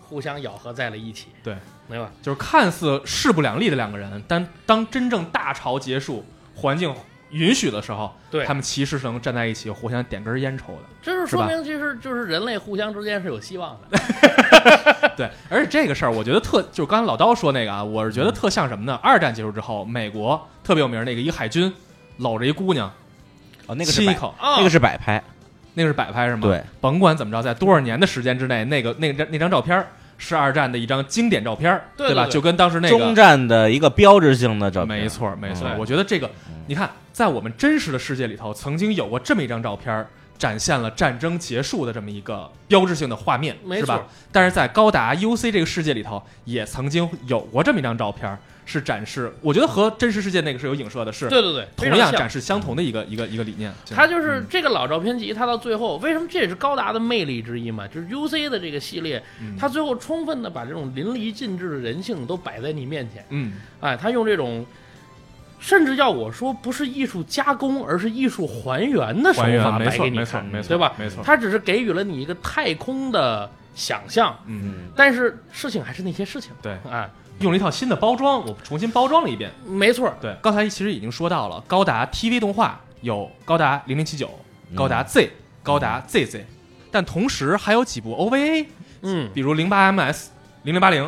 S4: 互相咬合在了一起，
S1: 对，
S4: 对吧？
S1: 就是看似势不两立的两个人，但当真正大潮结束，环境允许的时候，
S4: 对
S1: 他们其实是能站在一起，互相点根烟抽的。
S4: 这就是
S1: 是
S4: 说
S1: 吧
S4: 明，其实就是人类互相之间是有希望 的。
S1: 对，而且这个事儿，我觉得特就是刚才老刀说那个啊，我是觉
S2: 嗯
S1: 得特像什么呢？二战结束之后，美国特别有名儿那个一个海军搂着一姑娘
S2: 哦，那个是
S1: 亲一
S2: 摆，
S1: 口，
S4: 啊，
S2: 那个是摆拍，
S1: 那个是摆拍是吗？
S2: 对，
S1: 甭管怎么着，在多少年的时间之内，那个那张那张照片儿是二战的一张经典照片儿，
S4: 对
S1: 吧？
S4: 对对
S1: 就跟当时那个
S2: 中战的一个标志性的照片，
S1: 没错，没错
S4: 对。
S1: 我觉得这个，你看，在我们真实的世界里头，曾经有过这么一张照片儿，展现了战争结束的这么一个标志性的画面，
S4: 没
S1: 是吧
S4: 错？
S1: 但是在高达 UC 这个世界里头，也曾经有过这么一张照片儿，是展示，我觉得和真实世界那个是有影射的，是
S4: 对对对，
S1: 同样
S4: 非常像
S1: 展示相同的一个一个一个理念。
S4: 它
S1: 嗯
S4: 就是这个老照片集，它到最后为什么这也是高达的魅力之一嘛？就是 U C 的这个系列，
S1: 嗯
S4: 它最后充分的把这种淋漓尽致的人性都摆在你面前。
S1: 嗯
S4: 哎，它用这种，甚至要我说不是艺术加工，而是艺术还原的手
S1: 还原
S4: 法
S1: 没
S4: 摆
S1: 错
S4: 给你
S1: 没错
S4: 看，
S1: 没错
S4: 对吧？
S1: 没错
S4: 它只是给予了你一个太空的想象，
S1: 嗯，
S4: 但是事情还是那些事情。
S1: 对，
S4: 哎，
S1: 用了一套新的包装，我重新包装了一遍。
S4: 没错儿，
S1: 对，刚才其实已经说到了，高达 TV 动画有高达零零七九、
S2: 嗯
S1: 高达 Z、高达 ZZ，但同时还有几部 OVA，
S4: 嗯，
S1: 比如零八 MS、零零八零、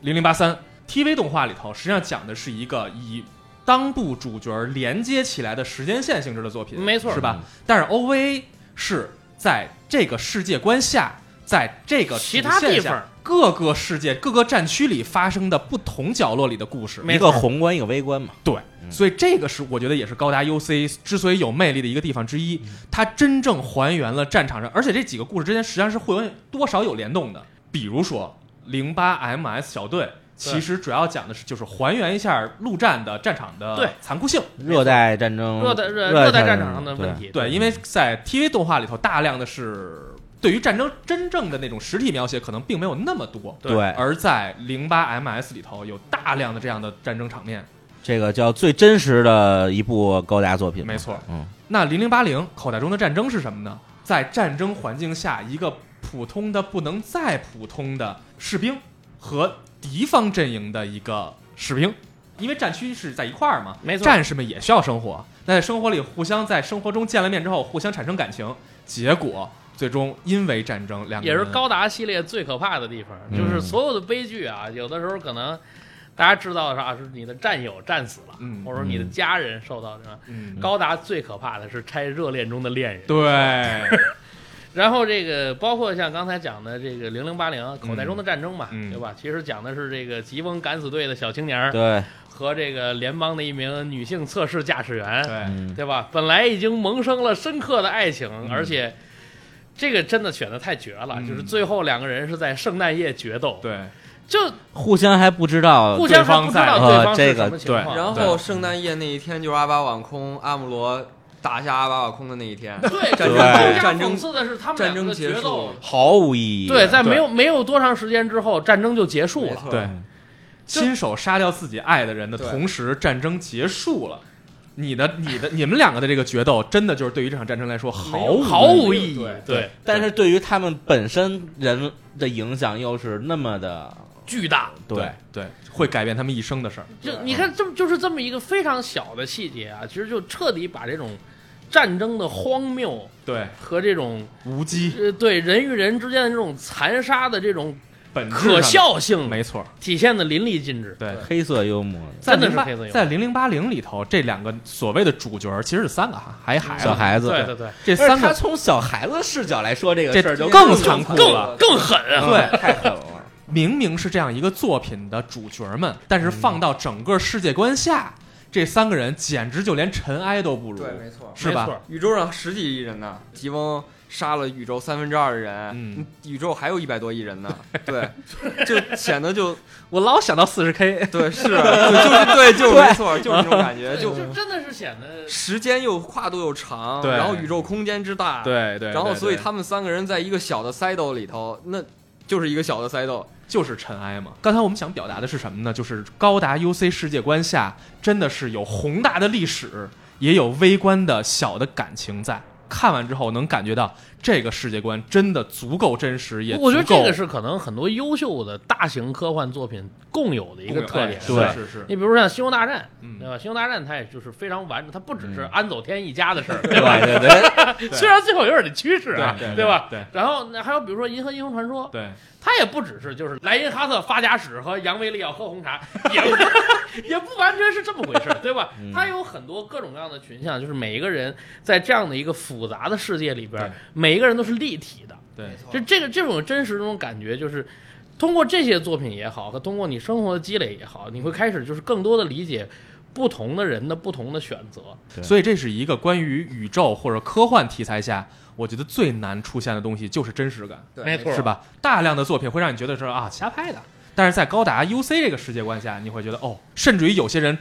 S1: 零零八三。TV 动画里头实际上讲的是一个以当部主角连接起来的时间线性质的作品，
S4: 没错
S1: 是吧？但是 OVA 是在这个世界观下。在这个
S4: 其他
S1: 主线
S4: 地
S1: 下
S4: 方
S1: 各个世界、各个战区里发生的不同角落里的故事，
S4: 没
S2: 一
S4: 错
S2: 个
S4: 儿
S2: 宏观，一个微观嘛。
S1: 对，所以这个是我觉得也是高达 UC 之所以有魅力的一个地方之一，它真正还原了战场上，而且这几个故事之间实际上是会有多少有联动的。比如说零八 MS 小队，其实主要讲的是就是还原一下陆战的战场
S4: 对
S1: 的残酷性。
S2: 热带战争，
S4: 热带热
S2: 热
S4: 热带战场上的问题，
S1: 对，因为在 TV 动画里头，大量的是对于战争真正的那种实体描写，可能并没有那么多。
S2: 对对
S1: 而在零八 MS 里头有大量的这样的战争场面。
S2: 这个叫最真实的一部高达作品。
S1: 没错，
S2: 嗯，
S1: 那零零八零口袋中的战争是什么呢？在战争环境下，一个普通的不能再普通的士兵和敌方阵营的一个士兵，因为战区是在一块儿嘛，
S4: 没错
S1: 战士们也需要生活。那在生活里互相在生活中见了面之后，互相产生感情，结果最终因为战争，两个
S4: 也
S1: 人
S4: 是高达系列最可怕的地方，
S2: 嗯
S4: 就是所有的悲剧啊，有的时候可能大家知道啥是你的战友战死了，
S1: 嗯
S4: 或者说你的家人受到什么。
S1: 嗯
S4: 高达最可怕的是拆热恋中的恋人，
S1: 对，
S4: 然后这个包括像刚才讲的这个零零八零口袋中的战争嘛，
S1: 嗯
S4: 对吧？其实讲的是这个疾风敢死队的小青年儿
S2: 对，
S4: 和这个联邦的一名女性测试驾驶员，
S1: 对
S2: 嗯，
S4: 对吧？本来已经萌生了深刻的爱情，而且这个真的选的太绝了，
S1: 嗯
S4: 就是最后两个人是在圣诞夜决斗，
S1: 对，
S4: 就
S2: 互相还不知道
S4: 互相还不知道对方
S2: 对
S4: 是
S2: 呃方在
S4: 什么情
S1: 啊
S4: 况。
S3: 然后圣诞夜那一天就是阿巴瓦空阿姆罗打下阿巴瓦空的那一天，
S4: 对，
S3: 战
S4: 更
S2: 争
S4: 加
S3: 战
S4: 讽
S3: 争
S4: 刺的是他们
S3: 战
S4: 两
S3: 争
S4: 个
S3: 结
S4: 决
S3: 束
S4: 斗，，
S2: 毫无意义。
S4: 对，在
S1: 对
S4: 没有没有多长时间之后，战争就结束
S3: 没
S4: 了。
S3: 错
S1: 对，
S4: 就
S1: 亲手杀掉自己爱的人的
S3: 对
S1: 同时，战争结束了。你的、你的、你们两个的这个决斗，真的就是对于这场战争来说毫无
S4: 毫无
S1: 意义。
S4: 意义
S3: 对，
S4: 对，
S2: 但是对于他们本身人的影响又是那么的，
S4: 巨大。
S1: 对对，会改变他们一生的事儿。
S4: 就你看，这么就是这么一个非常小的细节啊，其实就彻底把这种战争的荒谬
S1: 对，
S4: 和这种
S1: 无机
S4: 呃对人与人之间的这种残杀的这种
S1: 本质上
S4: 可笑性
S1: 没错儿。
S4: 体现的淋漓尽致。
S1: 对，
S2: 黑色幽默，
S1: 在
S4: 真的
S1: 零
S4: 是
S1: 八
S4: 黑色幽默
S1: 在零零八零里头，这两个所谓的主角其实是三个哈，还孩子
S2: 小孩子，
S4: 对对对，
S1: 这
S2: 但
S1: 三
S2: 是他
S1: 个
S2: 从小孩子视角来说这个
S1: 这
S2: 事儿就
S1: 更残酷了。
S4: 更更狠啊！
S1: 对，
S2: 太狠了。
S1: 明明是这样一个作品的主角们，但是放到整个世界观下，这三个人简直就连尘埃都不如
S3: 对，。没错，
S1: 是吧
S4: 没错
S3: 宇宙上十几亿人呢，吉翁杀了宇宙三分之二的人，
S1: 嗯，
S3: 宇宙还有一百多亿 人呢，对，就显得就
S1: 我老想到四十 K，
S3: 对是，啊就就是对，就是没错，就是这种感 觉，
S4: 对
S3: 就
S4: 就真的是显得
S3: 时间又跨度又长，
S1: 对
S3: 然后宇宙空间之大，，
S1: 对对
S3: 然后所以他们三个人在一个小的赛斗里头，那就是一个小的赛斗，
S1: 就是尘埃嘛。刚才我们想表达的是什么呢？就是高达 UC 世界观下，真的是有宏大的历史，也有微观的小的感情在。看完之后能感觉到这个世界观真的足够真实，也
S4: 我觉得
S1: 足够
S4: 这个是可能很多优秀的大型科幻作品共有的一个特点。
S1: 哎
S2: 对
S1: 是是是，
S4: 你比如像《星球大战》，
S1: 嗯
S4: 对吧？《星球大战》它也就是非常完整，它不只是安走天一家 的事儿，对 吧？
S2: 对对对，
S4: 虽然最后有点儿的趋势啊，
S1: 对对
S4: 吧？
S1: 对对
S4: 然后那还有比如说《银河英雄传说》，
S1: 对
S4: 它也不只是就是莱因哈特发家史和扬威利要喝 红茶，也不也不完全是这么回事儿，对吧？它有很多各种各样的群像，就是每一个人在这样的一个复杂的世界里边儿
S1: 对，
S4: 每一个人都是立体的。
S1: 对，
S4: 就这个这种真实这种感觉，就是通过这些作品也好，和通过你生活的积累也好，你会开始就是更多的理解不同的人的不同的选择。
S1: 所以这是一个关于宇宙或者科幻题材下，我觉得最难出现的东西就是真实感，
S3: 对
S4: 没错
S1: 是吧？大量的作品会让你觉得是啊瞎拍的，但是在高达 UC 这个世界观下，你会觉得哦，甚至于有些人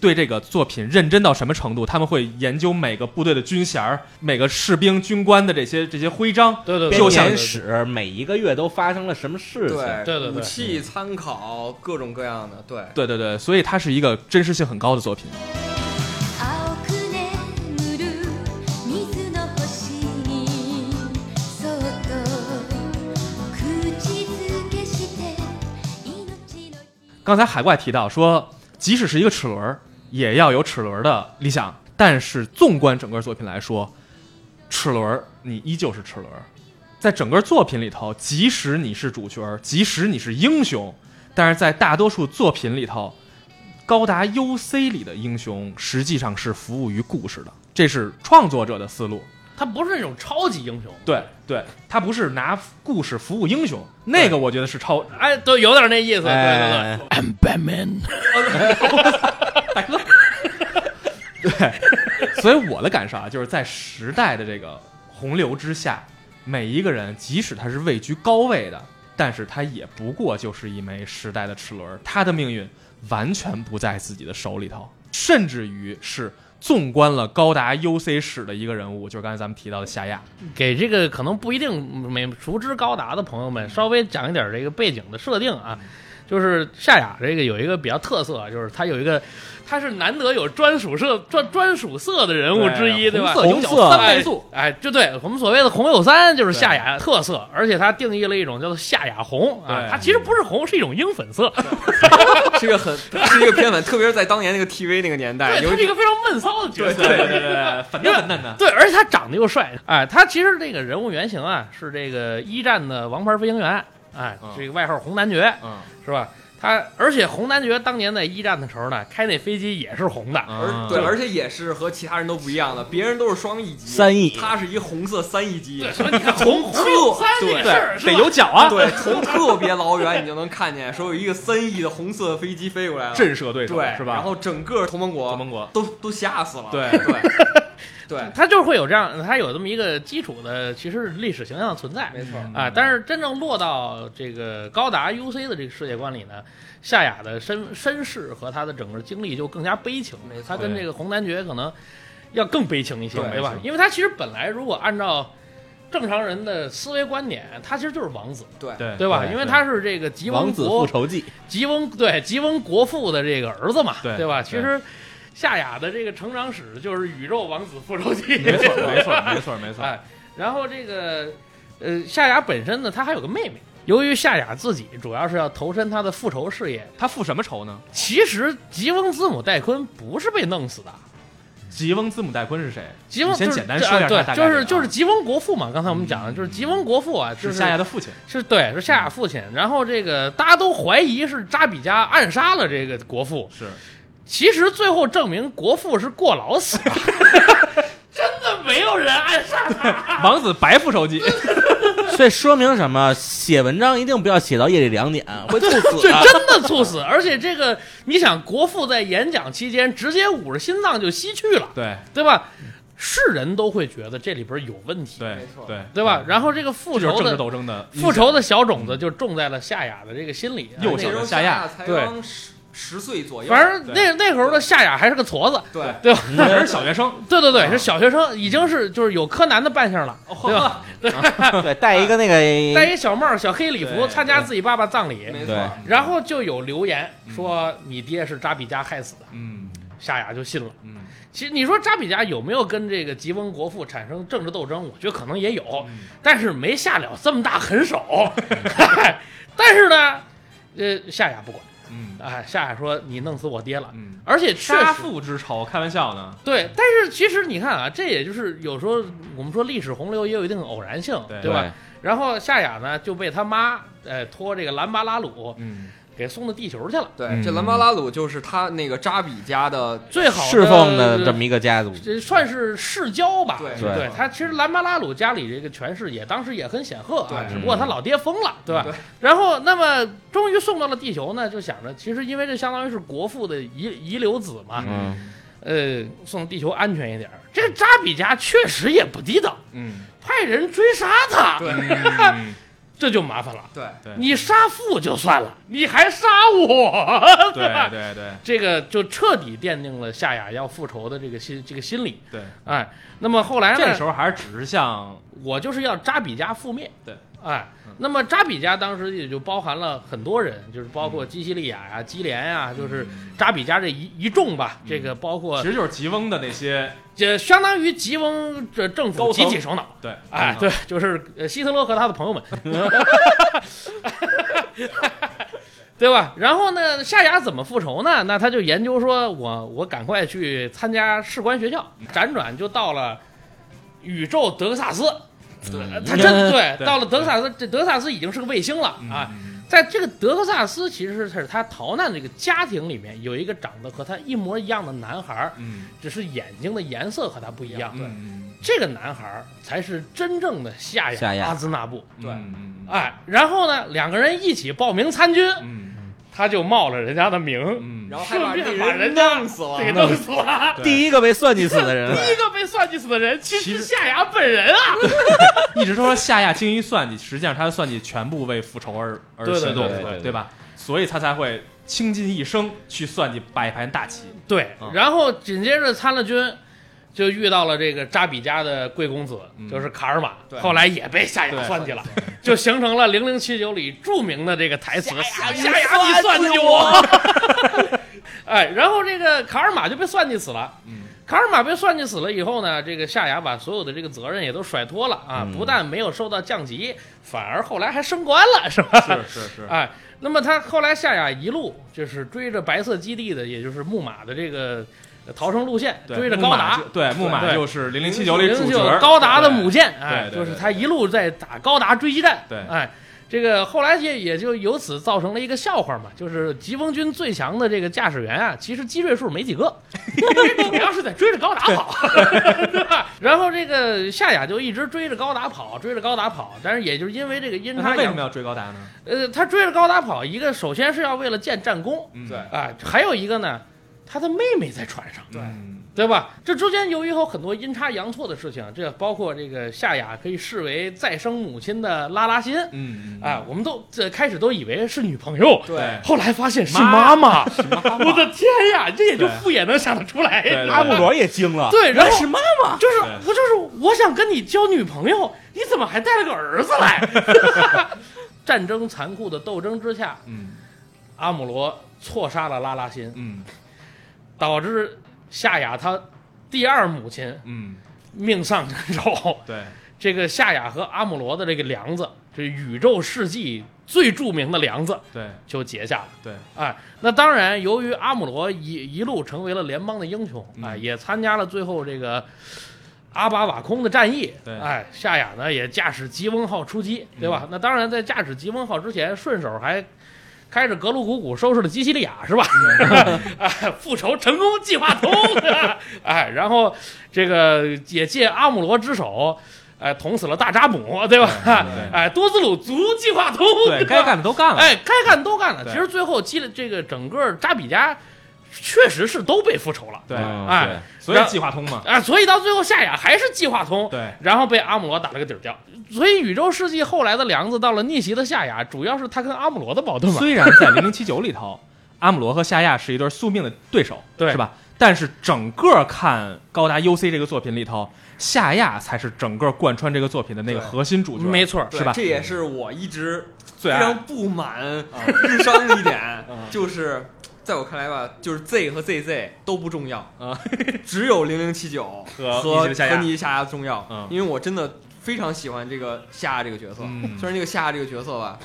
S1: 对这个作品认真到什么程度，他们会研究每个部队的军衔儿、每个士兵、军官的这些这些徽章，
S4: 对对对，
S2: 编
S1: 就像
S2: 年史每一个月都发生了什么事情，
S3: 对
S4: 对嗯对对
S3: 武器参考各种各样的，对，
S1: 对对对，所以它是一个真实性很高的作品。
S5: 青く眠る水の星にそっと口づけして命の
S1: 刚才海怪提到说，即使是一个齿轮儿，也要有齿轮儿的理想。但是纵观整个作品来说，齿轮儿你依旧是齿轮儿。在整个作品里头，即使你是主角儿，即使你是英雄，但是在大多数作品里头，高达 UC 里的英雄实际上是服务于故事的，这是创作者的思路。
S4: 他不是那种超级英雄，
S1: 对对，他不是拿故事服务英雄，那个我觉得是超
S4: 哎，对，有点那意思，对对
S2: 哎
S4: 对，I'm Batman，
S1: 所以我的感受啊，就是在时代的这个洪流之下，每一个人即使他是位居高位的，但是他也不过就是一枚时代的齿轮，他的命运完全不在自己的手里头，甚至于是纵观了高达 UC 史的一个人物，就是刚才咱们提到的夏亚。
S4: 给这个可能不一定没熟知高达的朋友
S1: 嗯
S4: 们稍微讲一点这个背景的设定啊。就是夏雅这个有一个比较特色，就是他有一个，他是难得有专属色专专属色的人物之
S1: 对
S4: 一，对吧？
S1: 红色
S2: 红色
S1: 三倍速，
S4: 哎，就对我们所谓的红有三，就是夏雅特色，而且它定义了一种叫做夏雅红啊
S1: 对，
S4: 它其实不是红，是一种樱粉色，
S3: 是一个很是一个偏门，特别是在当年那个 TV 那个年代，
S1: 哎
S4: 对，
S3: 有
S4: 它是一
S3: 一
S4: 个非常闷骚的角色，
S1: 对，粉嫩粉嫩的。
S4: 对，而且他长得又帅，哎，他其实这个人物原型啊是这个一战的王牌飞行员，哎
S1: 嗯，
S4: 这个外号红男爵
S1: 嗯，
S4: 是吧？他而且红男爵当年在一战的时候呢，开那飞机也是红
S1: 嗯
S4: 的，
S1: 啊
S3: 而对，而且也是和其他人都不一样的，别人都是双翼机，
S2: 三翼
S3: 他是一红色三翼机，
S4: 对，所以你看红红有三这个事儿是吧
S1: 得有脚啊！
S3: 对，从特别老远你就能看见，说有一个三翼的红色飞机飞过来了，
S1: 震慑对手
S3: 对
S1: 是吧？
S3: 然后整个同盟国
S1: 国盟国
S3: 都都吓死了，
S1: 对
S3: 对对，
S4: 他就是会有这样，他有这么一个基础的，其实历史形象的存在，
S3: 没错，
S4: 啊，但是真正落到这个高达 UC 的这个世界观里呢，夏雅的身身世和她的整个经历就更加悲情
S3: 没，错
S4: 她跟这个红男爵可能要更悲情一些，
S3: 对
S4: 对吧
S1: 没？错
S4: 因为他其实本来如果按照正常人的思维观点，他其实就是王子，
S3: 对
S1: 对
S4: 对吧？
S1: 哎对
S4: 因为他是这个吉翁
S2: 王子复
S4: 国
S2: 仇记
S4: 吉翁对吉翁国父的这个儿子嘛，
S1: 对
S4: 吧？
S1: 对
S4: 其实夏雅的这个成长史就是宇宙王子复仇记，
S1: 没错没错没错没错，
S4: 哎，然后这个呃，夏雅本身呢，她还有个妹妹。由于夏雅自己主要是要投身她的复仇事业，
S1: 他复什么仇呢？
S4: 其实吉翁子母戴坤不是被弄死的。
S1: 吉翁字母戴坤是谁？
S4: 吉翁
S1: 你先
S4: 就是
S1: 简单
S4: 这
S1: 说一下
S4: 啊
S1: 他大概
S4: 对，就是
S1: 啊
S4: 就是吉翁国父嘛。刚才我们讲的就是吉翁国父啊，就是
S1: 夏亚的父亲。
S4: 是对，是夏雅父亲。然后这个大家都怀疑是扎比加暗杀了这个国父，
S1: 是
S4: 其实最后证明国父是过劳死的， 真的没有人暗杀他。
S1: 王子白复仇记，
S2: 所以说明什么？写文章一定不要写到夜里两点，会猝 死
S4: 这
S2: 的。
S4: 真的猝死，而且这个，你想，国父在演讲期间直接捂着心脏就吸去了，
S1: 对
S4: 对吧？是人都会觉得这里边有问题，
S1: 对
S3: 没错
S1: 对
S4: 对吧？？然后这个
S1: 这
S4: 复
S1: 就是
S4: 仇
S1: 政治
S4: 的
S1: 斗争嗯的
S4: 复仇的小种子就种在了夏雅的这个心里，
S1: 右手
S4: 那
S3: 那
S4: 个
S3: 时候
S1: 夏亚
S3: 才
S4: 对
S3: 刚十十岁左右，
S4: 反正
S1: 对
S4: 那那时候的夏雅还是个矬子，
S3: 对。
S4: 对吧？
S1: 那人是小学生，
S4: 对对对，是小学生，已经是就是有柯南的扮相了，
S3: 哦
S4: 对吧？
S2: 对，戴一个 那
S4: 戴
S2: 个，
S4: 一小帽，小黑礼
S1: 嗯对
S4: 服，参加自己爸爸葬礼，
S3: 没错
S2: 对，
S4: 然后就有留言说你爹是扎比加害死的，
S1: 嗯
S4: 夏雅就信了。
S1: 嗯，
S4: 其实你说扎比加有没有跟这个吉翁国父产生政治斗争？我觉得可能也有，但是没下了这么大狠手。 但是呢，呃，夏雅不管，
S1: 嗯
S4: 哎，夏雅说你弄死我爹了，
S1: 嗯，
S4: 而且确
S1: 杀
S4: 实
S1: 父之仇，开玩笑呢，
S4: 对。但是其实你看啊，这也就是有时候我们说历史洪流也有一定的偶然性，
S1: 对
S4: 吧？然后夏雅呢就被他妈呃拖这个兰巴拉鲁
S1: 嗯，
S4: 给送到地球去了，
S3: 对，
S1: 嗯
S3: 这兰巴拉鲁就是他那个扎比家的，
S4: 最好
S2: 侍奉
S4: 的呃
S2: 的这么一个家族，
S4: 这算是世交吧？
S3: 对
S2: 对
S4: 他其实兰巴拉鲁家里这个权势也当时也很显赫啊，
S3: 对
S4: 只不过
S1: 嗯
S4: 他老爹疯了，对吧？
S3: 对
S4: 然后那么终于送到了地球呢，就想着其实因为这相当于是国父的遗遗留子嘛，
S2: 嗯，
S4: 呃，送地球安全一点儿。这个扎比家确实也不地道，
S1: 嗯，
S4: 派人追杀他，
S3: 对
S1: 嗯
S4: 这就麻烦了。
S3: 对，
S1: 对
S4: 你杀父就算了，你还杀我，
S1: 对
S4: 吧？
S1: 对对
S4: 这个就彻底奠定了夏雅要复仇的这个心这个心理。
S1: 对，
S4: 哎，那么后来呢？
S1: 这时候还是只是像
S4: 我就是要扎比家覆灭。
S1: 对，嗯
S4: 哎，那么扎比家当时也就包含了很多人，就是包括基西利亚呀、基连呀，就是扎比家这一一众吧。这个包括
S1: 嗯其实就是吉翁的那些
S4: 这相当于吉翁这政府
S1: 高
S4: 集
S1: 层
S4: 体首脑。
S1: 对
S4: 哎，对，就是呃希特勒和他的朋友们， 对吧？然后呢，夏雅怎么复仇呢？那他就研究说我我赶快去参加士官学校，辗转就到了宇宙德克萨斯。对，他真对，
S1: 嗯 对
S4: 到了德克萨斯，这德克萨斯已经是个卫星了
S1: 嗯
S4: 啊。在这个德克萨斯，其实是他逃难这个家庭里面有一个长得和他一模一样的男孩儿，
S1: 嗯
S4: 只是眼睛的颜色和他不一样。
S1: 对
S4: 这个男孩儿才是真正的夏
S2: 夏
S4: 雅
S2: 亚
S4: 阿兹纳布。
S1: 对嗯
S4: 哎，然后呢，两个人一起报名参军，
S1: 嗯
S4: 他就冒了人家的名，
S1: 嗯
S3: 然后还
S4: 顺
S3: 把
S4: 便
S3: 那
S4: 把
S3: 人
S4: 家
S3: 弄死了
S4: 给弄死 了。
S1: 对
S2: 第一个被算计死的人，
S4: 第一个被算计死的人，其
S1: 其
S4: 实
S1: 实
S4: 夏雅本人啊。
S1: 一直说夏亚精于算计，实际上他的算计全部为复仇而而
S4: 对对
S1: 行动，
S4: 对
S2: 对对
S1: 对吧？所以他才会倾尽一生去算计摆盘大棋。
S4: 对
S1: 嗯，
S4: 然后紧接着参了军，就遇到了这个扎比家的贵公子，
S1: 嗯
S4: 就是卡尔玛，
S3: 对
S4: 后来也被夏雅
S1: 对
S4: 算计了，就形成了《零零七九》里著名的这个台词：“夏
S3: 你
S4: 雅，你算
S3: 算
S4: 计
S3: 计
S4: 我。” 哎，然后这个卡尔玛就被算计死了。
S1: 嗯
S4: 卡尔玛被算计死了以后呢，这个夏雅把所有的这个责任也都甩脱了啊，不但没有受到降级，反而后来还升官了，是吧？
S1: 是是是，
S4: 哎，那么他后来夏雅一路就是追着白色基地的，也就是木马的这个呃逃生路线，
S1: 对
S4: 追着
S1: 木
S4: 高
S1: 马
S4: 达
S1: 就，对，木马
S4: 对
S1: 就是《零零七九》里主
S4: 009
S1: 角
S4: 高达的
S1: 对
S4: 母舰，哎，
S1: 对对
S4: 就是
S1: 对
S4: 他一路在打高达追击战，
S1: 对
S4: 哎。这个后来也也就由此造成了一个笑话嘛，就是疾风军最强的这个驾驶员啊，其实机位数没 几个，因为主要是在追着高达跑，对吧？然后这个夏雅就一直追着高达跑，追着高达跑，但是也就是因为这个阴
S1: 那他
S4: 差
S1: 为
S4: 阳
S1: 什么要追高达呢？
S4: 呃，他追着高达跑，一个首先是要为了建战功
S1: 嗯
S3: 对
S4: 啊、还有一个呢，他的妹妹在船上，
S3: 对
S1: 嗯
S4: 对吧？这中间由于有很多阴差阳错的事情，这包括这个夏雅可以视为再生母亲的拉拉心啊、
S1: 嗯，
S4: 我们都这开始都以为是女朋友，
S1: 对
S4: 后来发现是妈妈，
S1: 妈
S4: 我的天呀，这也就
S1: 对
S4: 父也能想得出来，啊
S1: 对对对
S2: 阿布罗也惊了，
S4: 对然后
S2: 原来是妈妈，
S4: 就是
S1: 对
S4: 不就是我想跟你交女朋友，你怎么还带了个儿子来？ 战争残酷的斗争之下，
S1: 嗯
S4: 阿姆罗错杀了拉拉辛，
S1: 嗯
S4: 导致夏雅她第二母亲
S1: 嗯，
S4: 命丧神州。
S1: 对，
S4: 这个夏雅和阿姆罗的这个梁子，这宇宙世纪最著名的梁子
S1: 对
S4: 就结下了。
S1: 对，
S4: 哎，那当然，由于阿姆罗一一路成为了联邦的英雄，
S1: 嗯
S4: 哎，也参加了最后这个阿巴瓦空的战役。
S1: 对嗯
S4: 哎，夏雅呢也驾驶吉翁号出击，对吧？那当然，在驾驶吉翁号之前，顺手还开着格鲁古古收拾了基西利亚，是吧？
S1: 嗯
S4: 哎，复仇成功计划通。 哎，然后这个也借阿姆罗之手。哎，捅死了大扎姆，对吧？
S1: 对对
S4: 哎，多兹鲁族计划通，
S1: 对该
S4: 吧
S1: 干的都干了，
S4: 哎，该干都干了。
S1: 对
S4: 其实最后积累这个整个扎比家，确实是都被复仇了。
S1: 对，
S2: 嗯
S4: 哎，
S1: 所以计划通嘛，
S4: 啊，所以到最后夏雅还是计划通，
S1: 对
S4: 然后被阿姆罗打了个底儿掉。所以宇宙世纪后来的梁子到了逆袭的夏雅，主要是他跟阿姆罗的矛盾嘛。
S1: 虽然在《零零七九》里头，阿姆罗和夏亚是一对宿命的对手，
S4: 对
S1: 是吧？但是整个看高达 UC 这个作品里头，夏亚才是整个贯穿这个作品的那个
S3: 对
S1: 核心主角，
S4: 没错
S3: 对
S1: 是吧啊
S3: 这也是我一直
S1: 最
S3: 非
S1: 爱
S3: 常不满日商的一
S1: 啊
S3: 点，就是在我看来吧，就是 Z 和 ZZ 都不重要
S1: 啊，
S3: 只有零零七九
S1: 和逆
S3: 和
S1: 袭的夏亚
S3: 和尼夏亚重要
S1: 嗯，
S3: 因为我真的非常喜欢这个夏亚这个角色
S1: 嗯，
S3: 虽然这个夏亚这个角色吧，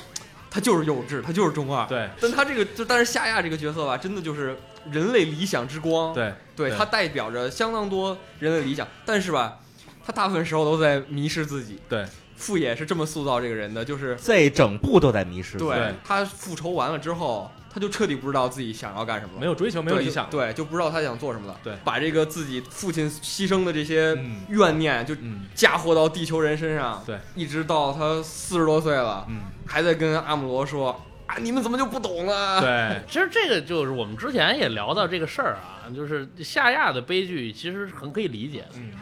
S3: 他就是幼稚，他就是中二，
S1: 对
S3: 但他这个就但是夏亚这个角色吧，真的就是人类理想之光，
S1: 对
S3: 对，他代表着相当多人类理想，但是吧，他大部分时候都在迷失自己。
S1: 对，
S3: 富野是这么塑造这个人的，就是
S2: 这整部都在迷失，
S3: 对
S1: 对
S3: 他复仇完了之后，他就彻底不知道自己想要干什么了，
S1: 没有追求，没有
S3: 对
S1: 理想，
S3: 对，就不知道他想做什么了。
S1: 对
S3: 把这个自己父亲牺牲的这些
S1: 嗯
S3: 怨念就
S1: 嗯
S3: 嫁祸到地球人身上，
S1: 对，
S3: 一直到他四十多岁了，
S1: 嗯，
S3: 还在跟阿姆罗说啊，你们怎么就不懂 了？
S1: 对嗯
S4: 其实这个就是我们之前也聊到这个事儿啊，就是夏亚的悲剧其实很可以理解的。
S1: 嗯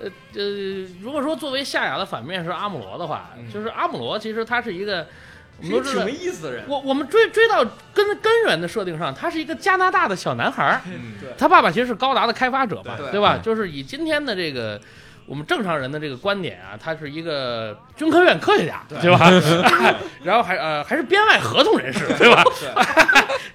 S4: 呃呃，如果说作为夏亚的反面是阿姆罗的话，就是阿姆罗其实他是一个，我
S3: 是
S4: 们
S3: 一
S4: 都知
S3: 挺
S4: 道
S3: 没，意思的人。
S4: 我我们追追到根根源的设定上，他是一个加拿大的小男孩儿，
S1: 嗯
S3: 对
S4: 他爸爸其实是高达的开发者吧，
S3: 对
S4: 吧？
S2: 对
S4: 就是以今天的这个我们正常人的这个观点啊，他是一个军科院科学家，对 吧？然后还呃还是编外合同人士，对吧？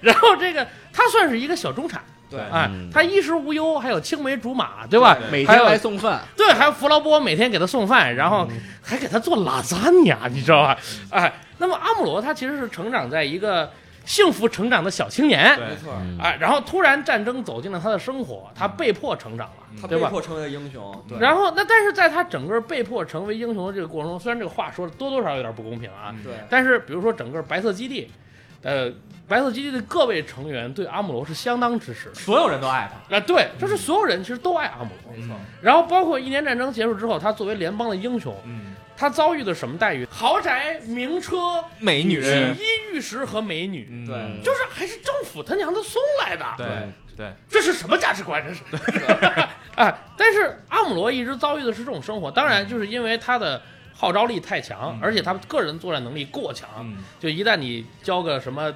S4: 然后这个他算是一个小中产，
S3: 对
S4: 哎
S2: 嗯，
S4: 他衣食无忧，还有青梅竹马，对吧？
S3: 对
S2: 每
S4: 还
S2: 天
S4: 有
S2: 来送饭，
S4: 对，还有弗劳波每天给他送饭，然
S3: 嗯
S4: 后还给他做拉扎尼亚，你知道吧？哎，那么阿姆罗他其实是成长在一个幸福成长的小青年，
S3: 没错，
S2: 嗯
S4: 哎，然后突然战争走进了他的生活，他被迫成长了，
S3: 嗯他
S4: 对
S3: 被
S4: 吧？
S3: 迫成为了英雄。
S1: 嗯
S3: 对
S4: 然后那但是在他整个被迫成为英雄的这个过程中，虽然这个话说的多多少少有点不公平啊，
S3: 对，
S4: 但是比如说整个白色基地，呃，白色基地的各位成员对阿姆罗是相当支持的。
S1: 所有人都爱他。
S4: 啊，对，就是所有人其实都爱阿姆罗，
S3: 没错，
S4: 然后包括一年战争结束之后，他作为联邦的英雄，
S1: 嗯，
S4: 他遭遇的什么待遇？豪宅、名车、
S1: 美女，
S4: 锦衣玉食和美女，
S1: 嗯
S3: 对
S4: 就是还是政府他娘的送来的。
S1: 对对，
S3: 啊
S4: 这是什么价值观？这是， 哎，但是阿姆罗一直遭遇的是这种生活，当然就是因为他的号召力太强，
S1: 嗯
S4: 而且他个人作战能力过强，
S1: 嗯，
S4: 就一旦你交个什么，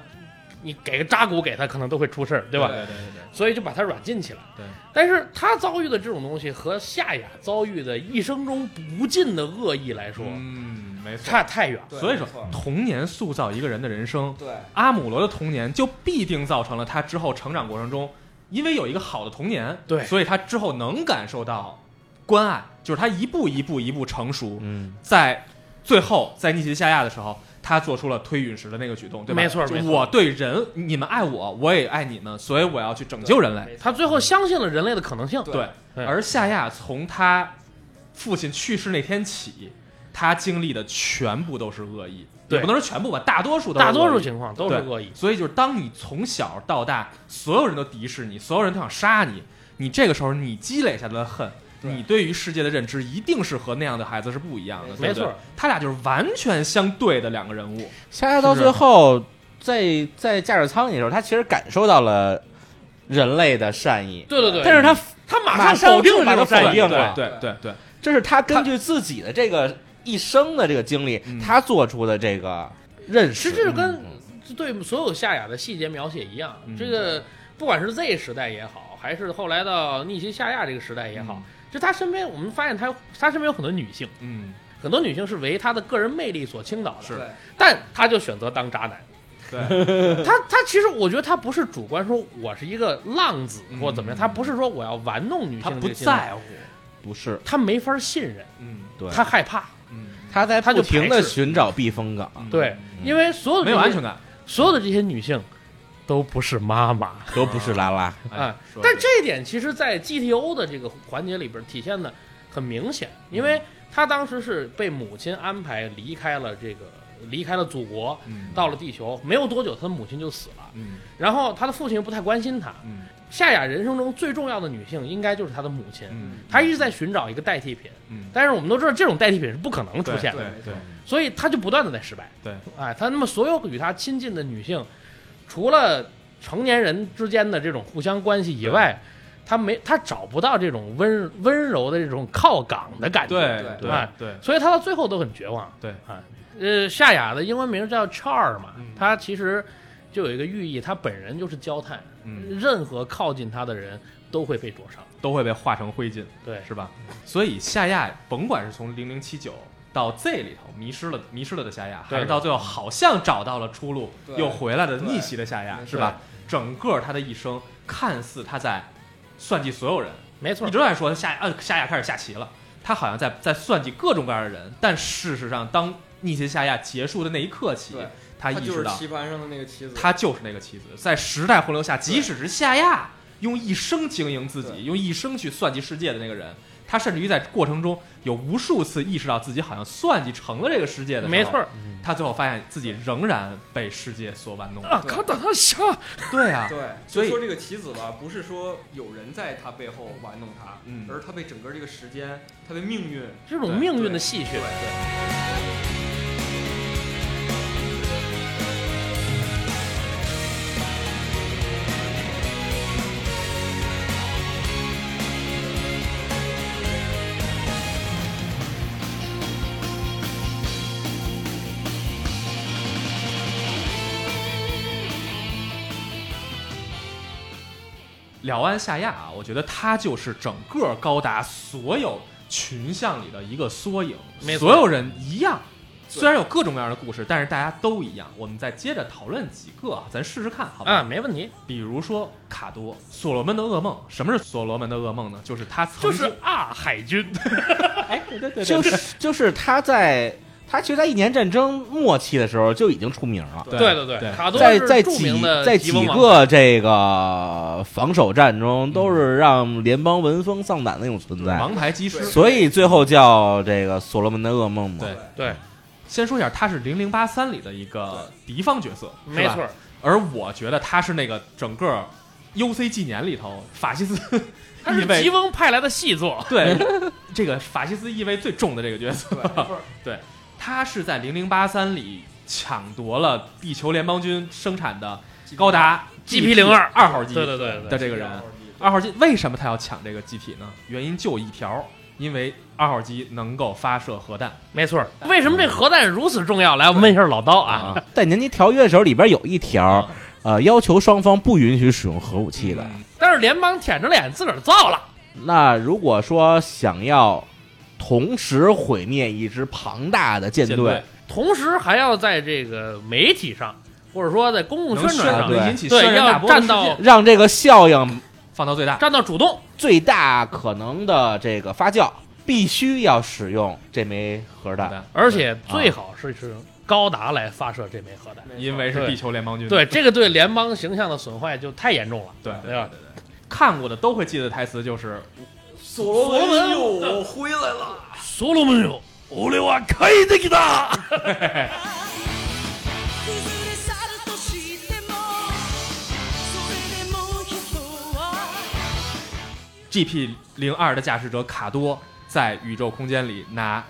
S4: 你给个扎古给他，可能都会出事儿，对吧？
S1: 对对对
S4: 所以就把他软禁起来。
S1: 对，
S4: 但是他遭遇的这种东西和夏雅遭遇的一生中不尽的恶意来说，
S1: 对，嗯，没错。
S4: 差太远了。
S3: 对
S1: 所以
S3: 没
S1: 说
S3: 错，
S1: 童年塑造一个人的人生，
S3: 对
S1: 阿姆罗的童年就必定造成了他之后成长过程中，因为有一个好的童年，
S4: 对
S1: 所以他之后能感受到关爱，就是他一步一步一步成熟，
S2: 嗯，
S1: 在最后在逆袭夏亚的时候，他做出了推陨石的那个举动，对吧？
S4: 没错
S1: 就
S4: 没错
S1: 我对人，你们爱我，我也爱你们，所以我要去拯救人类。
S4: 他最后相信了人类的可能性。
S3: 对
S1: 对，
S4: 对
S1: 而夏亚从他父亲去世那天起，他经历的全部都是恶意，也
S4: 对
S1: 不能说全部吧，大多数都是
S4: 大多
S1: 恶
S4: 数
S1: 意
S4: 情况都是
S1: 对
S4: 恶意。
S1: 所以就是当你从小到大，所有人都敌视你，所有人都想杀你，你这个时候你积累下来的恨，
S3: 对
S1: 你对于世界的认知一定是和那样的孩子是不一样的。对
S4: 没
S1: 不对
S4: 错，
S1: 他俩就是完全相对的两个人物。
S2: 夏夏到
S1: 是
S2: 最后，在在驾驶舱里的时候，他其实感受到了人类的善意，
S4: 对对对，
S2: 但是他
S4: 他
S2: 马
S4: 马
S2: 上
S4: 上否定
S2: 就
S4: 了
S2: 把
S4: 这
S2: 它
S4: 种善
S2: 否
S4: 意，
S2: 定
S1: 对
S2: 了
S1: 对对对，
S2: 这是他根据自己的这个一生的这个经历
S1: 嗯，
S2: 他做出的这个认
S4: 其
S2: 识。嗯
S4: 实这就跟对所有夏雅的细节描写一样，
S1: 嗯
S4: 这个不管是 Z 时代也好，还是后来到逆袭夏亚这个时代也好，
S1: 嗯
S4: 就他身边我们发现他他身边有很多女性，
S1: 嗯，
S4: 很多女性是为他的个人魅力所倾倒的，
S1: 是
S3: 对
S4: 但他就选择当渣男。
S1: 对，
S4: 他他其实我觉得他不是主观说我是一个浪子
S1: 嗯
S4: 或怎么样，他不是说我要玩弄女性，
S1: 他不在，乎。
S2: 不是
S4: 他没法信任，
S1: 嗯
S2: 对
S4: 他害怕，
S1: 嗯，
S2: 他在
S4: 他
S2: 不
S4: 就
S2: 停的
S4: 排斥
S2: 寻找避风 港，
S1: 嗯
S4: 对，因为所有的
S1: 没有
S4: 这些
S1: 安全感。
S4: 所有的这些女性都不是妈妈。
S2: 都不是拉 拉。
S1: 哎
S4: 哎，
S1: 说
S4: 但
S1: 得
S4: 这一点其实，在 GTO 的这个环节里边体现的很明显，
S1: 嗯
S4: 因为他当时是被母亲安排离开了这个，离开了祖国，
S1: 嗯
S4: 到了地球，没有多久他的母亲就死了，
S1: 嗯
S4: 然后他的父亲又不太关心他。
S1: 嗯
S4: 夏雅人生中最重要的女性，应该就是他的母亲，
S1: 嗯
S4: 他一直在寻找一个代替品，
S1: 嗯，
S4: 但是我们都知道这种代替品是不可能出现的，
S1: 对对
S4: 所以他就不断的在失败。
S1: 对，
S4: 哎，他那么所有与他亲近的女性，除了成年人之间的这种互相关系以外，他没他找不到这种温温柔的这种靠港的感觉，
S1: 对对
S4: 哎
S1: 对
S4: 所以他到最后都很绝望。
S1: 对
S4: 啊，呃，夏雅的英文名叫 Char 嘛
S1: 嗯，
S4: 他其实就有一个寓意，他本人就是焦炭，
S1: 嗯，
S4: 任何靠近他的人都会被灼伤。
S1: 都会被化成灰烬。
S4: 对，
S1: 是吧？所以夏亚，甭管是从零零七九到 Z 里头迷失了迷失了的夏亚，
S4: 对
S1: 还是到最后好像找到了出路
S3: 对
S1: 又回来的逆袭的夏亚，
S3: 对
S1: 是吧？整个他的一生，看似他在算计所有人，
S4: 没错
S1: 一直，在说夏呃夏亚开始下棋了，他好像在在算计各种各样的人，但事实上，当逆袭夏亚结束的那一刻起
S3: 对，
S1: 他
S3: 他
S1: 意
S3: 就
S1: 识
S3: 是
S1: 到
S3: 棋盘上的那个棋子，
S1: 他就是那个棋子，在时代洪流下，即使是夏亚用一生经营自己，
S3: 对
S1: 用一生去算计世界的那个人，他甚至于在过程中有无数次意识到自己好像算计成了这个世界的时候
S4: 没错，
S1: 他最后发现自己仍然被世界所玩弄。
S4: 啊，卡达他夏，
S1: 对啊，
S3: 对，
S1: 所
S3: 所
S1: 以
S3: 以说这个棋子吧，不是说有人在他背后玩弄他，
S1: 嗯
S3: 而他被整个这个时间，他被命运，
S4: 这种
S1: 对
S4: 命运的
S3: 对
S4: 戏谑
S3: 对。对，
S5: 「
S1: 了安夏亚啊，我觉得他就是整个高达所有群像里的一个缩影
S4: 没，错
S1: 所有人一样。虽然有各种各样的故事，但是大家都一样。我们再接着讨论几个啊，咱试试看，好吧？
S4: 啊，没问题，
S1: 比如说卡多，所罗门的噩梦。什么是所罗门的噩梦呢？就是他曾
S4: 就
S1: 经
S4: 是啊，海军，
S2: 哎，对对对，就是就是他在他其实，在一年战争末期的时候就已经出名了。
S1: 对
S4: 对对
S1: 对
S4: 卡多
S2: 在
S4: 是
S2: 在
S4: 著
S2: 几
S4: 名的
S2: 在几
S4: 吉翁王
S2: 个这个防守战
S4: 嗯
S2: 中，都是让联邦闻风丧胆的那种存在，
S1: 王牌机师。
S2: 所以最后叫这个所罗门的噩梦嘛。
S1: 对，
S4: 对，
S1: 先说一下，他是零零八三里的一个敌方角色，
S4: 没
S1: 是
S4: 错
S1: 吧。，而我觉得他是那个整个 U C 纪年里头法西斯
S4: 他
S1: 意
S4: 是
S1: 味
S4: 吉翁派来的细作，
S1: 对这个法西斯意味最重的这个角色。对，他是在零零八三里抢夺了地球联邦军生产的高达
S4: GP 02
S1: 二号机
S4: 对对对对
S1: 的这个人。啊二号机为什么他要抢这个机体呢？原因就一条，因为二号机能够发射核弹。
S4: 没错。为什么这核弹如此重要？来，我们问一下老刀啊，
S2: 啊，在年级条约的时候，里边有一条，呃，要求双方不允许使用核武器的。
S1: 嗯
S4: 但是联邦舔着脸自个儿造了，
S2: 那如果说想要同时毁灭一支庞大的舰
S1: 舰队
S2: 队，
S4: 同时还要在这个媒体上，或者说在公共
S1: 能
S4: 宣传上，
S2: 对
S1: 能引起轩
S4: 对，
S1: 然大
S4: 要
S1: 波的
S4: 站
S1: 事
S4: 到
S1: 件
S2: 让这个效应
S1: 放到最大。
S4: 站到主动，
S2: 最大可能的这个发酵，必须要使用这枚核弹。
S4: 而且最好是是高达来发射这枚核弹。
S1: 因为是
S4: 对
S1: 地球联邦军，
S4: 对，这个对联邦形象的损坏就太严重了。
S1: 对
S4: 对吧？
S1: 看过的都会记得台词，就是
S3: 所罗门哟，我回来了。
S4: 所罗门有，我来は快的给他。
S5: 崩れ去るとしてもそれでも人は
S1: GP 零二的驾驶者卡多在宇宙空间里拿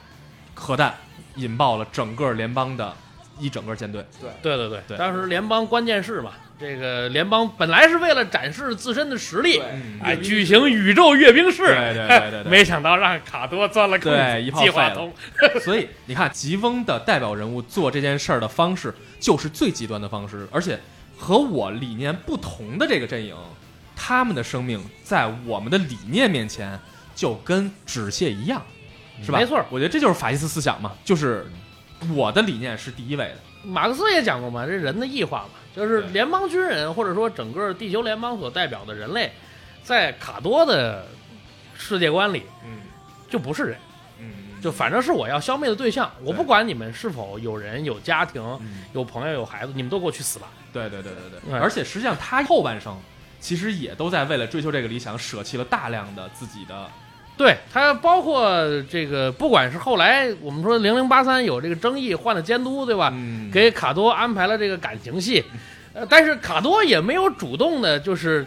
S1: 核弹引爆了整个联邦的一整个舰队。
S4: 对对对，
S1: 对
S4: 当时联邦关键是嘛，这个联邦本来是为了展示自身的实力，
S1: 嗯
S4: 哎，举行宇宙阅兵式，
S1: 对对对对对
S4: 没想到让卡多钻了空子
S1: 对一炮
S4: 计划
S1: 废了
S4: 通，
S1: 所以你看，吉翁的代表人物做这件事儿的方式就是最极端的方式，而且和我理念不同的这个阵营，他们的生命在我们的理念面前就跟纸屑一样，是吧？
S4: 嗯没错
S1: 我觉得这就是法西斯思想嘛，就是我的理念是第一位的。
S4: 马克思也讲过嘛，这人的异化嘛，就是
S1: 对
S4: 联邦军人或者说整个地球联邦所代表的人类，在卡多的世界观里
S1: 嗯
S4: 就不是人，
S1: 嗯
S4: 就反正是我要消灭的对象。我
S1: 对
S4: 不管你们是否有人、有家庭、
S1: 嗯
S4: 有朋友、有孩子，你们都给我去死吧！
S1: 对对对对对，
S4: 哎
S1: 而且实际上他后半生其实也都在为了追求这个理想，舍弃了大量的自己的
S4: 对他，包括这个，不管是后来我们说零零八三有这个争议，换了监督，对吧？
S1: 嗯
S4: 给卡多安排了这个感情戏，呃，但是卡多也没有主动的，就是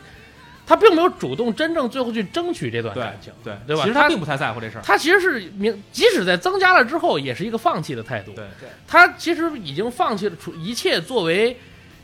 S4: 他并没有主动真正最后去争取这段
S1: 对
S4: 感情，
S1: 对
S4: 对吧
S1: 其实
S4: 他
S1: 他并不太在乎这事儿，
S4: 他其实是明，即使在增加了之后，也是一个放弃的态度。
S1: 对
S4: 他其实已经放弃了出一切作为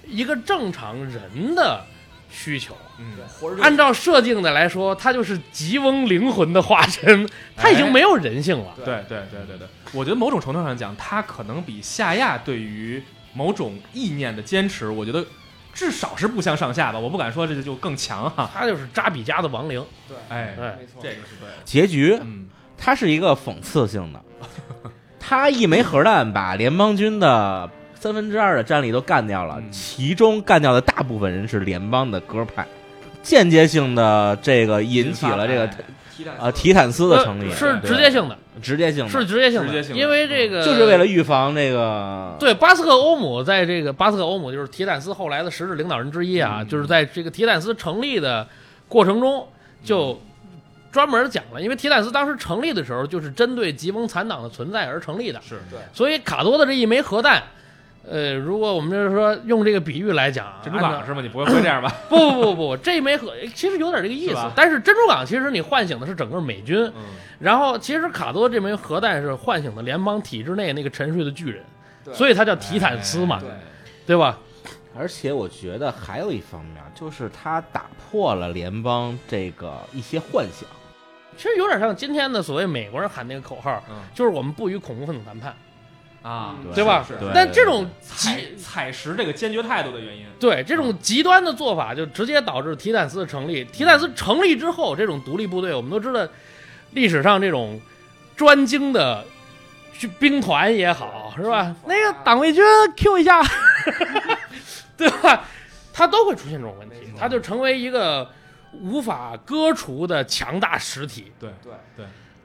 S4: 一个正常人的需求。
S1: 嗯对
S3: 活着
S4: 按照设定的来说，他就是吉翁灵魂的化身，
S1: 哎
S4: 他已经没有人性了。
S1: 对对对对对，我觉得某种程度上讲，他可能比夏亚对于某种意念的坚持，我觉得至少是不相上下吧。我不敢说这就更强哈，
S4: 他就是扎比家的亡灵。
S1: 哎，
S4: 哎，
S3: 错
S1: 这个是对的，
S2: 结局，
S1: 嗯，
S2: 它是一个讽刺性的。他一枚核弹把联邦军的三分之二的战力都干掉了
S1: 嗯，
S2: 其中干掉的大部分人是联邦的鸽派，间接性的这个引起了这个
S3: 提蛋
S2: 呃提坦斯的成立，
S4: 呃是
S2: 对
S4: 直接性的，
S2: 直接性的，
S4: 是直接性的，
S1: 直接性的
S4: 因为这个
S2: 就是为了预防这个
S4: 对巴斯克欧姆在这个巴斯克欧姆就是提坦斯后来的实质领导人之一啊，
S1: 嗯
S4: 就是在这个提坦斯成立的过程中
S1: 嗯
S4: 就专门讲了，因为提坦斯当时成立的时候就是针对吉翁残党的存在而成立的，
S1: 是
S3: 对
S4: 所以卡多的这一枚核弹。呃，如果我们就是说用这个比喻来讲啊，
S1: 珍珠
S4: 按照
S1: 港是吗？你不会会这样吧？
S4: 不不不不，这一枚核其实有点这个意
S1: 是
S4: 思
S1: 吧，
S4: 但是珍珠港其实你唤醒的是整个美军，
S1: 嗯，
S4: 然后其实卡多这枚核弹是唤醒的联邦体制内那个沉睡的巨人，
S3: 对
S4: 所以他叫提坦斯
S1: 哎
S4: 嘛，
S3: 对
S4: 对吧？
S2: 而且我觉得还有一方面，就是他打破了联邦这个一些幻想。
S4: 其实有点像今天的所谓美国人喊那个口号，
S1: 嗯
S4: 就是我们不与恐怖分子谈判，
S1: 啊，
S2: 对
S4: 对吧
S1: 是
S2: 对
S4: 但这种
S1: 采采石这个坚决态度的原因，
S4: 对这种极端的做法，就直接导致提坦斯的成
S1: 嗯
S4: 立。提坦斯成立之后，这种独立部队，我们都知道，历史上这种专精的军兵团也好，是吧？
S1: 嗯
S4: 那个党卫军 Q 一下，对吧？他都会出现这种问题
S1: 没，错
S4: 他就成为一个无法割除的强大实体，
S1: 对，
S3: 对，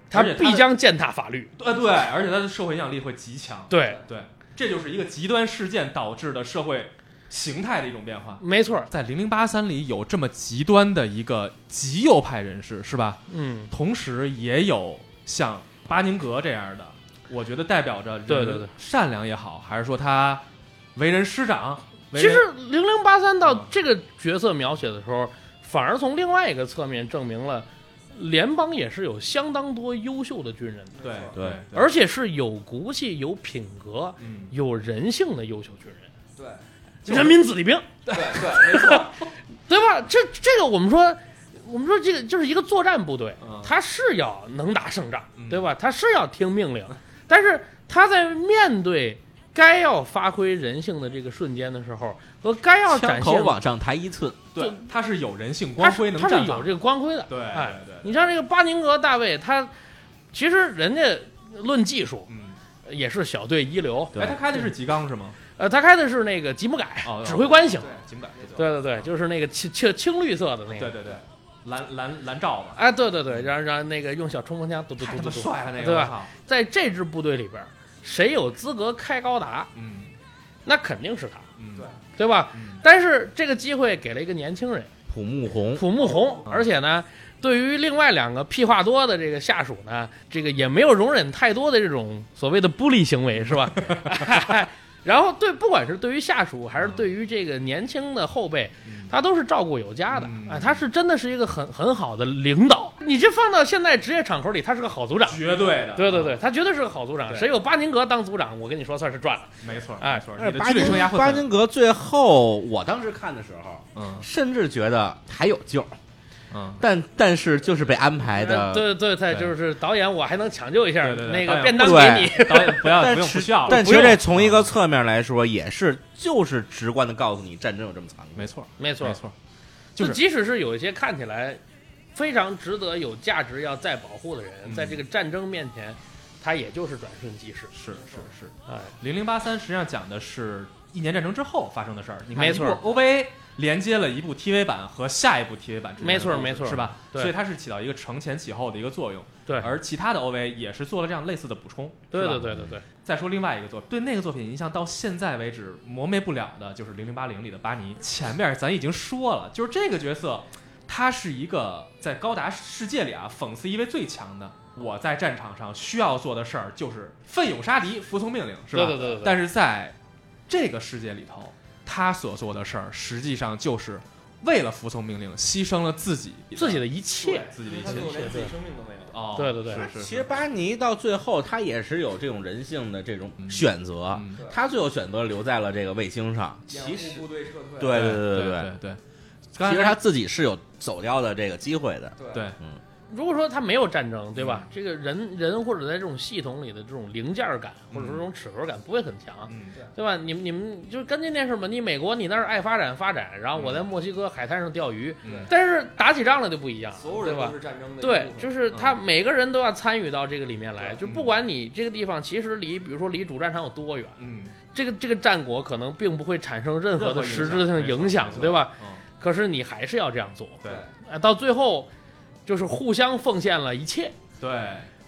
S4: 他
S1: 而且他的
S4: 必将践踏法律。
S1: 呃对，而且它的社会影响力会极强，
S4: 对，
S1: 对，这就是一个极端事件导致的社会形态的一种变化。
S4: 没错儿，
S1: 在零零八三里有这么极端的一个极右派人士，是吧？
S4: 嗯，
S1: 同时也有像巴宁格这样的，我觉得代表着人
S4: 对对对
S1: 善良也好，还是说他为人师长，为
S4: 其
S1: 人
S4: 实零零八三到这个角色描写的时候，反而从另外一个侧面证明了联邦也是有相当多优秀的军人的，
S1: 对
S2: 对
S4: 而且是有骨气、有品格、
S1: 嗯，
S4: 有人性的优秀军人，
S3: 对，
S1: 就是
S4: 人民子弟兵，
S3: 对，对，没错，
S4: 对吧？这这个我们说。我们说这个就是一个作战部队
S1: 嗯，
S4: 他是要能打胜仗
S1: 嗯，
S4: 对吧？他是要听命令，但是他在面对该要发挥人性的这个瞬间的时候，和该要
S2: 枪
S4: 展
S2: 口
S4: 现
S2: 往上抬一寸，
S1: 对，他是有人性
S4: 他
S1: 光
S4: 是
S1: 辉能
S4: 他
S1: 绽
S4: 是有
S1: 放，
S4: 这个光辉的。
S1: 对
S4: 哎，
S1: 对对，
S4: 你像这个巴宁格大卫，他其实人家论技术
S1: 嗯，
S4: 也是小队一流。
S2: 对
S1: 哎，他开的是吉冈是吗？
S4: 呃，他开的是那个吉姆改
S1: 哦哦
S4: 指挥官型，
S1: 井柏，
S4: 对对对，就是那个青青青绿色的那
S1: 对
S4: 个。
S1: 对对，蓝蓝蓝罩吧，
S4: 哎，对对对，然后然后那个用小冲锋枪，嘟嘟
S1: 太他
S4: 嘟嘟
S1: 妈
S4: 嘟，
S1: 帅了那个，
S4: 对
S1: 我
S4: 吧？
S1: 操，
S4: 在这支部队里边，谁有资格开高达，
S1: 嗯
S4: 那肯定是他，
S1: 嗯，
S3: 对
S4: 对吧？
S1: 嗯
S4: 但是这个机会给了一个年轻人，
S2: 普木红，
S4: 土木红，而且呢，对于另外两个屁话多的这个下属呢，这个也没有容忍太多的这种所谓的bully 行为，是吧？ 然后对，不管是对于下属还是对于这个年轻的后辈，
S1: 嗯
S4: 他都是照顾有加的
S1: 嗯，
S4: 哎，他是真的是一个很很好的领导。你这放到现在职业场口里，他是个好组长。
S1: 绝对的，
S4: 对对对，他绝对是个好组长。
S1: 对
S4: 谁有巴宁格当组长，我跟你说算是赚了。
S1: 没错，
S4: 哎
S1: 没错，你的
S2: 巴
S1: 军旅
S2: 金
S1: 生涯会
S2: 巴
S1: 很
S2: 金格最后，我当时看的时候，
S1: 嗯
S2: 甚至觉得还有救，
S1: 嗯，
S2: 但但是就是被安排
S4: 呃
S2: 的，
S4: 对对对，
S1: 对
S4: 就是导演，我还能抢救一下
S1: 对对对
S4: 那
S1: 导
S4: 个
S1: 演
S4: 便当
S2: 不
S4: 给
S2: 对
S4: 你。
S1: 导演不要
S2: 但
S1: 不用
S2: 是
S1: 不需要了，嗯
S2: 但
S1: 不
S2: 其实
S1: 用
S2: 这从一个侧面来说，也是就是直观的告诉你，战争有这么残酷。
S1: 没错
S4: 没错
S1: 没，错，就是
S4: 即使是有一些看起来非常值得、有价值要再保护的人，
S1: 嗯
S4: 在这个战争面前，他也就是转瞬即逝。
S1: 是是是，
S4: 哎，
S1: 零零八三实际上讲的是一年战争之后发生的事儿。你看，
S4: 没错
S1: ，OVA 连接了一部 TV 版和下一部 TV 版之间的
S4: 没错
S1: 故事
S4: 没错
S1: 是吧？
S4: 对
S1: 所以它是起到一个承前启后的一个作用。
S4: 对
S1: 而其他的 OVA 也是做了这样类似的补充。
S4: 对
S1: 是吧
S4: 对对对对，
S1: 再说另外一个作品，对那个作品影响到现在为止磨灭不了的就是《零零八零》里的巴尼。前面咱已经说了，就是这个角色，他是一个在高达世界里啊讽刺意味最强的。我在战场上需要做的事儿就是奋勇杀敌，服从命令，是吧？
S4: 对对对对对
S1: 但是在这个世界里头，他所做的事儿实际上就是为了服从命令，牺牲了自己
S4: 自己的一切，
S1: 自己的一
S3: 他
S1: 切
S3: 就。连自己生命都没有。
S1: 哦，
S4: 对对对
S1: 是是是
S2: 其实巴尼到最后，他也是有这种人性的这种
S1: 嗯
S2: 选择，
S1: 嗯
S4: 啊
S3: 对
S2: 他最后选择留在了这个卫星上。
S3: 掩护部队撤退，
S2: 对对
S1: 对
S2: 对
S1: 对对。刚才
S2: 其实他自己是有走掉的这个机会的。
S3: 对
S1: 对
S4: 如果说他没有战争，对吧？这个人人或者在这种系统里的这种零件感，或者说这种齿轮感不会很强。
S1: 嗯
S4: 对吧？你们你们就跟进电视嘛，你美国你那儿爱发展发展，然后我在墨西哥海滩上钓鱼，
S1: 嗯
S4: 但是打起仗来就不一样了，
S3: 所有人
S4: 对吧
S3: 都是战争的一部分，
S4: 对，就是
S1: 啊
S4: 他每个人都要参与到这个里面来，
S1: 嗯
S4: 就不管你这个地方其实离，比如说离主战场有多远，
S1: 嗯，
S4: 这个这个战果可能并不会产生任何
S1: 任何影
S4: 的实
S1: 响
S4: 质性
S1: 没错
S4: 影响
S1: 没，错
S4: 对吧？
S1: 嗯
S4: 可是你还是要这样做，
S1: 对
S4: 啊，到最后就是互相奉献了一切，
S1: 对，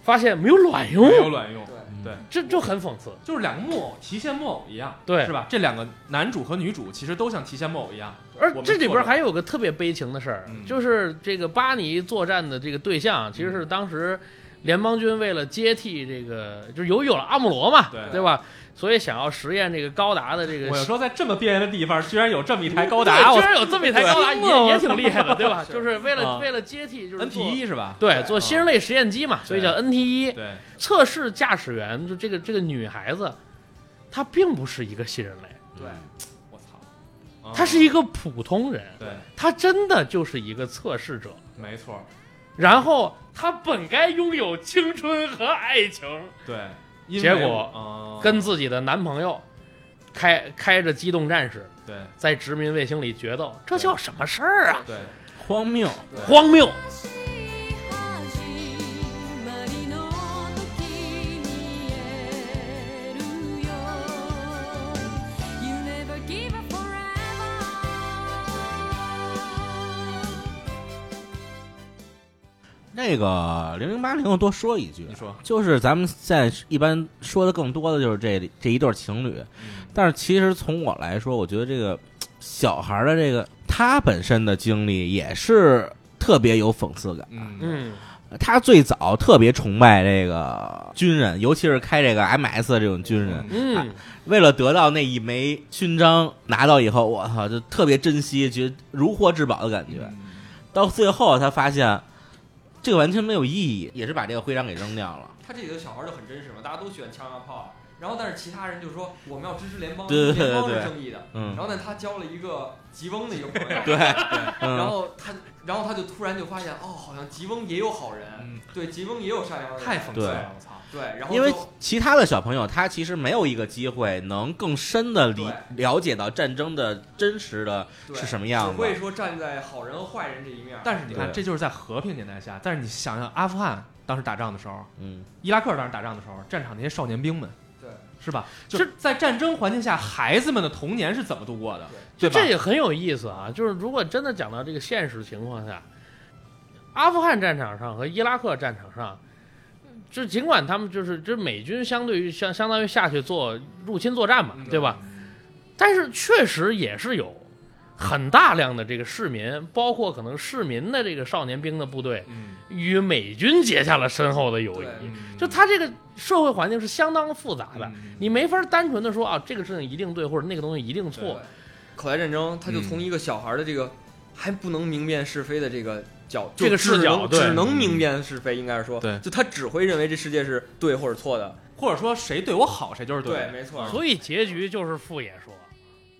S4: 发现没有卵用
S1: 没，有卵用，
S3: 对
S1: 对，
S4: 这就很讽刺。
S1: 就是两个木偶提线木偶一样，
S4: 对
S1: 是吧？这两个男主和女主其实都像提线木偶一样，
S4: 而
S1: 我们
S4: 这里边
S1: 做
S4: 还有个特别悲情的事儿
S1: 嗯，
S4: 就是这个巴尼作战的这个对象，其实是当时联邦军为了接替这个，就是由于有了阿姆罗嘛，
S1: 对
S4: 对吧？所以想要实验这个高达的这个
S1: 我要说在这么边缘的地方，居然有这么一台高
S4: 高
S1: 达，
S4: 居
S1: 我
S4: 然有这么一台高达，
S1: 惊了
S4: 也也
S1: 我操
S4: 挺厉害的，对吧？
S3: 是
S4: 就是为
S1: 啊
S4: 了为了接替，就是
S1: N T
S4: 做
S1: 一是吧？
S4: 对
S3: 对
S4: 做新人类实验机嘛，所以叫 NT 一。
S1: 对，
S4: 测试驾驶员就这个这个女孩子，她并不是一个新人类，
S3: 对
S1: 我操，
S4: 她是一
S1: 个
S4: 个普通人，
S1: 对，
S4: 她真的就是一个测试者。
S1: 没错，
S4: 然后她本该拥有青春和爱情，
S1: 对，因为
S4: 结果
S1: 嗯
S4: 跟自己的男朋友开开着机动战士
S1: 对
S4: 在殖民卫星里决斗，这叫什么事儿啊？
S1: 对
S2: 荒谬，
S4: 荒谬！
S5: 「始まりの時にえるよ」「You never give up forever」
S2: 那个零零八零，我多说一句
S1: 你，说
S2: 就是咱们现在一般说的更多的就是这这一对情侣，但是其实从我来说，我觉得这个小孩儿的这个他本身的经历也是特别有讽刺感。
S1: 嗯
S4: 嗯，
S2: 他最早特别崇拜这个军人，尤其是开这个 MS 的这种军
S1: 哎
S2: 人，
S4: 嗯，
S2: 为了得到那一枚勋章，拿到以后，我操，就特别珍惜，觉得如获至宝的感觉。
S1: 嗯
S2: 到最后，他发现这个完全没有意义，也是把这个徽章给扔掉了。
S3: 他这里的小孩就很真实嘛，大家都喜欢枪啊炮啊，然后但是其他人就说我们要支持联邦，
S2: 对对对
S3: 联邦
S2: 对
S3: 是正义的。
S2: 嗯
S3: 然，后呢，他交了一个吉翁的一个朋 友，
S2: 对，
S3: 然
S2: 嗯，
S3: 后他，然后他就突然就发现，哦，好像吉翁也有好人，
S1: 嗯
S3: 对，吉翁也有善良的人，
S1: 太讽刺了，我操！
S3: 对，然后
S2: 因为
S3: 就
S2: 其他的小朋友他其实没有一个机会能更深的理
S3: 对
S2: 了解到战争的真实的
S3: 对
S2: 是什么样
S3: 只
S2: 子
S3: 会。说站在好人和坏人这一面，
S1: 但是你看，
S2: 对
S1: 这就是在和平年代下。但是你想想，阿富汗当时打仗的时候，
S2: 嗯，
S1: 伊拉克当时打仗的时候，战场那些少年兵们，
S3: 对
S1: 是吧？
S4: 这
S1: 就是在战争环境下，孩子们的童年是怎么度过的？对吧
S4: 这？也很有意思啊。就是如果真的讲到这个现实情况下，阿富汗战场上和伊拉克战场上，就尽管他们就是就是美军相对于相相当于下去做入侵作战嘛
S3: 嗯，
S4: 对吧？但是确实也是有很大量的这个市民，包括可能市民的这个少年兵的部队，
S1: 嗯，
S4: 与美军结下了深厚的友谊
S3: 对。
S4: 就他这个社会环境是相当复杂的，
S1: 嗯
S4: 你没法单纯的说啊，这个事情一定对，或者那个东西一定错。嗯
S3: 口袋战争，他就从一个小孩的这个还不能明辨是非的这个角，
S4: 这个
S3: 就只
S4: 视角
S3: 能
S4: 对
S3: 只能明辨是非，应该是说，
S1: 对
S3: 就他只会认为这世界是对或者错的，
S1: 或者说谁对我好，谁就是的。
S3: 没错，
S4: 所以结局就是傅野说，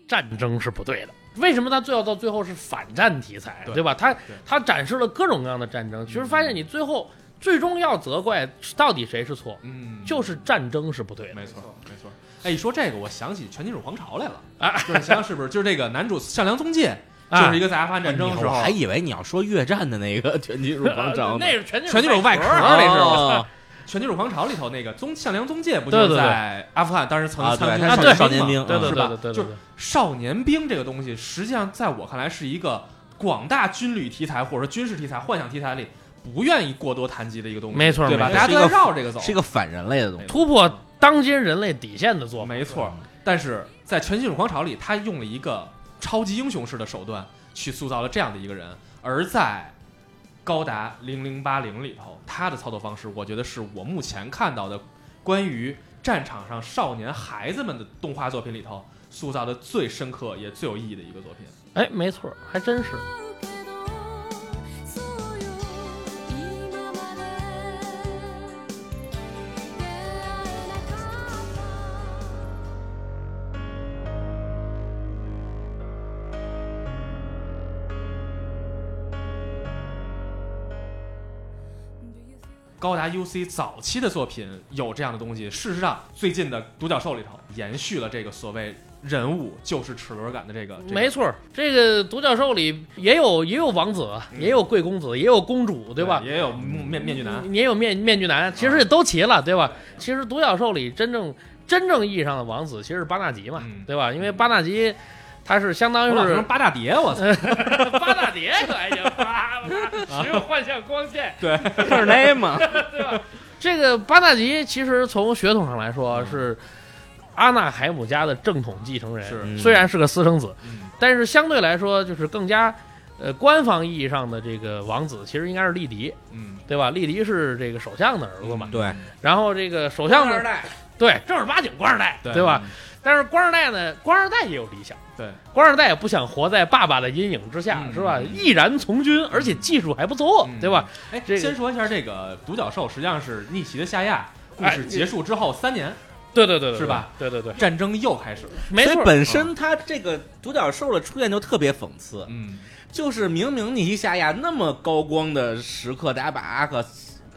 S4: 战争是不对的。为什么他最后到最后是反战题材，
S1: 嗯对
S4: 对吧？他他展示了各种各样的战争，其实发现你最后最终要责怪到底谁是错，
S1: 嗯，
S4: 就是战争是不对的。
S1: 没错，没错。哎，一说这个，我想起《全金属狂潮》来了。
S4: 啊
S1: 就是你想想是不是？就是这个男主善良宗介，就
S4: 啊
S1: 是一个在阿富汗战争的时
S2: 我
S1: 候
S2: 哎还，以为你要说越战的那个全 军入狂潮呢
S4: 啊那。是全
S1: 全
S4: 军
S1: 金属外壳
S4: 壳
S1: 儿
S4: 儿
S1: 那是吗。
S2: 哦
S1: 《全金属狂潮》里头那个宗善良宗介不
S4: 对
S1: 就
S4: 对
S1: 是
S4: 对
S1: 在阿富汗当时曾
S2: 啊
S1: 参
S2: 对
S1: 军
S2: 他
S1: 少
S2: 是
S1: 年兵
S2: 少年
S1: 嘛
S2: 兵
S4: 对对
S1: 是
S4: 对
S1: 吧
S4: 对对
S1: 就是
S4: 对对。
S1: 少年兵这个东西，实际上在我看来是一个广大军旅题材或者说军事题材、幻想题材里不愿意过多谈及的一个东西，
S4: 没错
S1: 对吧？
S4: 没
S2: 错
S1: 大家都在绕这个走，
S2: 是一个反人类的 东西，
S4: 突破当今人类底线的做法。
S1: 没错。但是在《全金属狂潮》里，他用了一个超级英雄式的手段去塑造了这样的一个人，而在高达零零八零里头，他的操作方式，我觉得是我目前看到的关于战场上少年孩子们的动画作品里头塑造的最深刻也最有意义的一个作品。
S4: 哎，没错，还真是。
S5: 「けどそうよ今まで出会えなかった」
S1: 高达 UC 早期的作品有这样的东西。事实上，最近的《独角兽》里头延续了这个所谓人物就是齿轮感的这个，这个
S4: 没错，这个独角兽里也有也有王子，啊也有贵公子，也有公主，嗯对吧？嗯
S1: 也有面面具男，
S4: 也有面面具男，其实也都齐了，对吧？其实独角兽里真正真正意义上的王子其实是巴纳吉嘛，
S1: 嗯
S4: 对吧？因为巴纳吉他是相当
S1: 我
S4: 于
S1: 老
S4: 是
S1: 成八大碟，我操！
S4: 八大碟可还行，啪啪，只有幻象光线，
S3: 就是 那嘛，
S4: 这个巴纳吉其实从血统上来说是阿纳海姆家的正统继承人，
S1: 是
S2: 嗯
S4: 虽然是个私生子，
S1: 嗯
S4: 但是相对来说就是更加呃官方意义上的这个王子其实应该是利迪，
S1: 嗯，
S4: 对吧？利迪是这个首相的儿子嘛，
S2: 对，
S4: 然后这个首相
S3: 二
S4: 的
S3: 代，
S4: 对正儿八经官二代，
S1: 对嗯
S4: 吧？？但是官二代呢，官二代也有理想。
S1: 对，
S4: 官二代也不想活在爸爸的阴影之下，
S1: 嗯
S4: 是吧？
S1: 嗯
S4: 毅然从军，而且技术还不错，
S1: 嗯
S4: 对吧？？
S1: 哎，
S4: 这个
S1: 先说一下这个独角兽，实际上是逆袭的夏亚故事结束之后三年，
S4: 对对对对，
S1: 是吧？
S4: 对对对，
S1: 战争又开始了。
S4: 没
S2: 所
S4: 错
S2: 以。本身他这个独角兽的出现就特别讽刺，
S1: 嗯，
S2: 就是明明逆袭夏亚那么高光的时刻，大家把阿克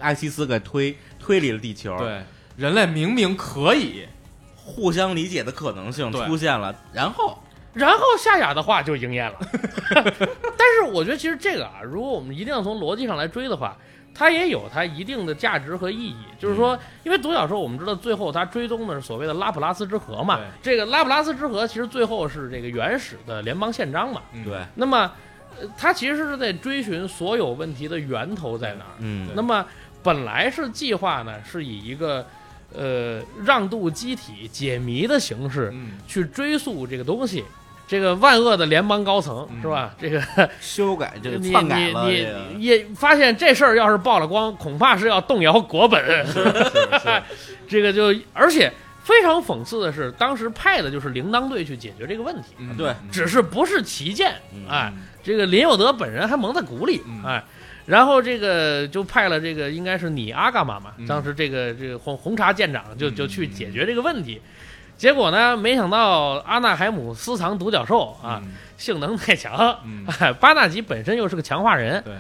S2: 阿西斯给推推离了地球，，
S1: 对，人类明明可以，
S2: 互相理解的可能性
S1: 对
S2: 出现了，然后
S4: 然后夏亚的话就应验了。 但是我觉得其实这个啊，如果我们一定要从逻辑上来追的话，它也有它一定的价值和意义。就是说，因为独角兽我们知道最后它追踪的是所谓的拉普拉斯之河嘛
S1: 对，
S4: 这个拉普拉斯之河其实最后是这个原始的联邦宪章嘛。
S1: 嗯
S2: 对，
S4: 那么，呃它其实是在追寻所有问题的源头在哪儿。
S2: 嗯
S4: 那么本来是计划呢，是以一个呃让渡机体解谜的形式
S1: 嗯，
S4: 去追溯这个东西。这个万恶的联邦高层
S1: 嗯
S4: 是吧？这个
S2: 修改这个
S4: 你
S2: 篡改
S4: 你
S2: 了这个
S4: 你也发现这事儿要是曝了光，恐怕是要动摇国本。 这个就而且非常讽刺的是，当时派的就是铃铛队去解决这个问题，
S1: 嗯
S2: 对
S4: 只是不是旗舰
S2: 嗯
S4: 哎，这个林有德本人还蒙在鼓里
S1: 嗯
S4: 哎。然后这个就派了这个应该是你阿伽玛嘛
S1: 嗯，
S4: 当时这个这个红红茶舰长就
S1: 嗯
S4: 就去解决这个问题，结果呢，没想到阿纳海姆私藏独角兽啊，，性能太强，哎
S1: 嗯，
S4: 巴纳吉本身又是个强化人，
S1: 对，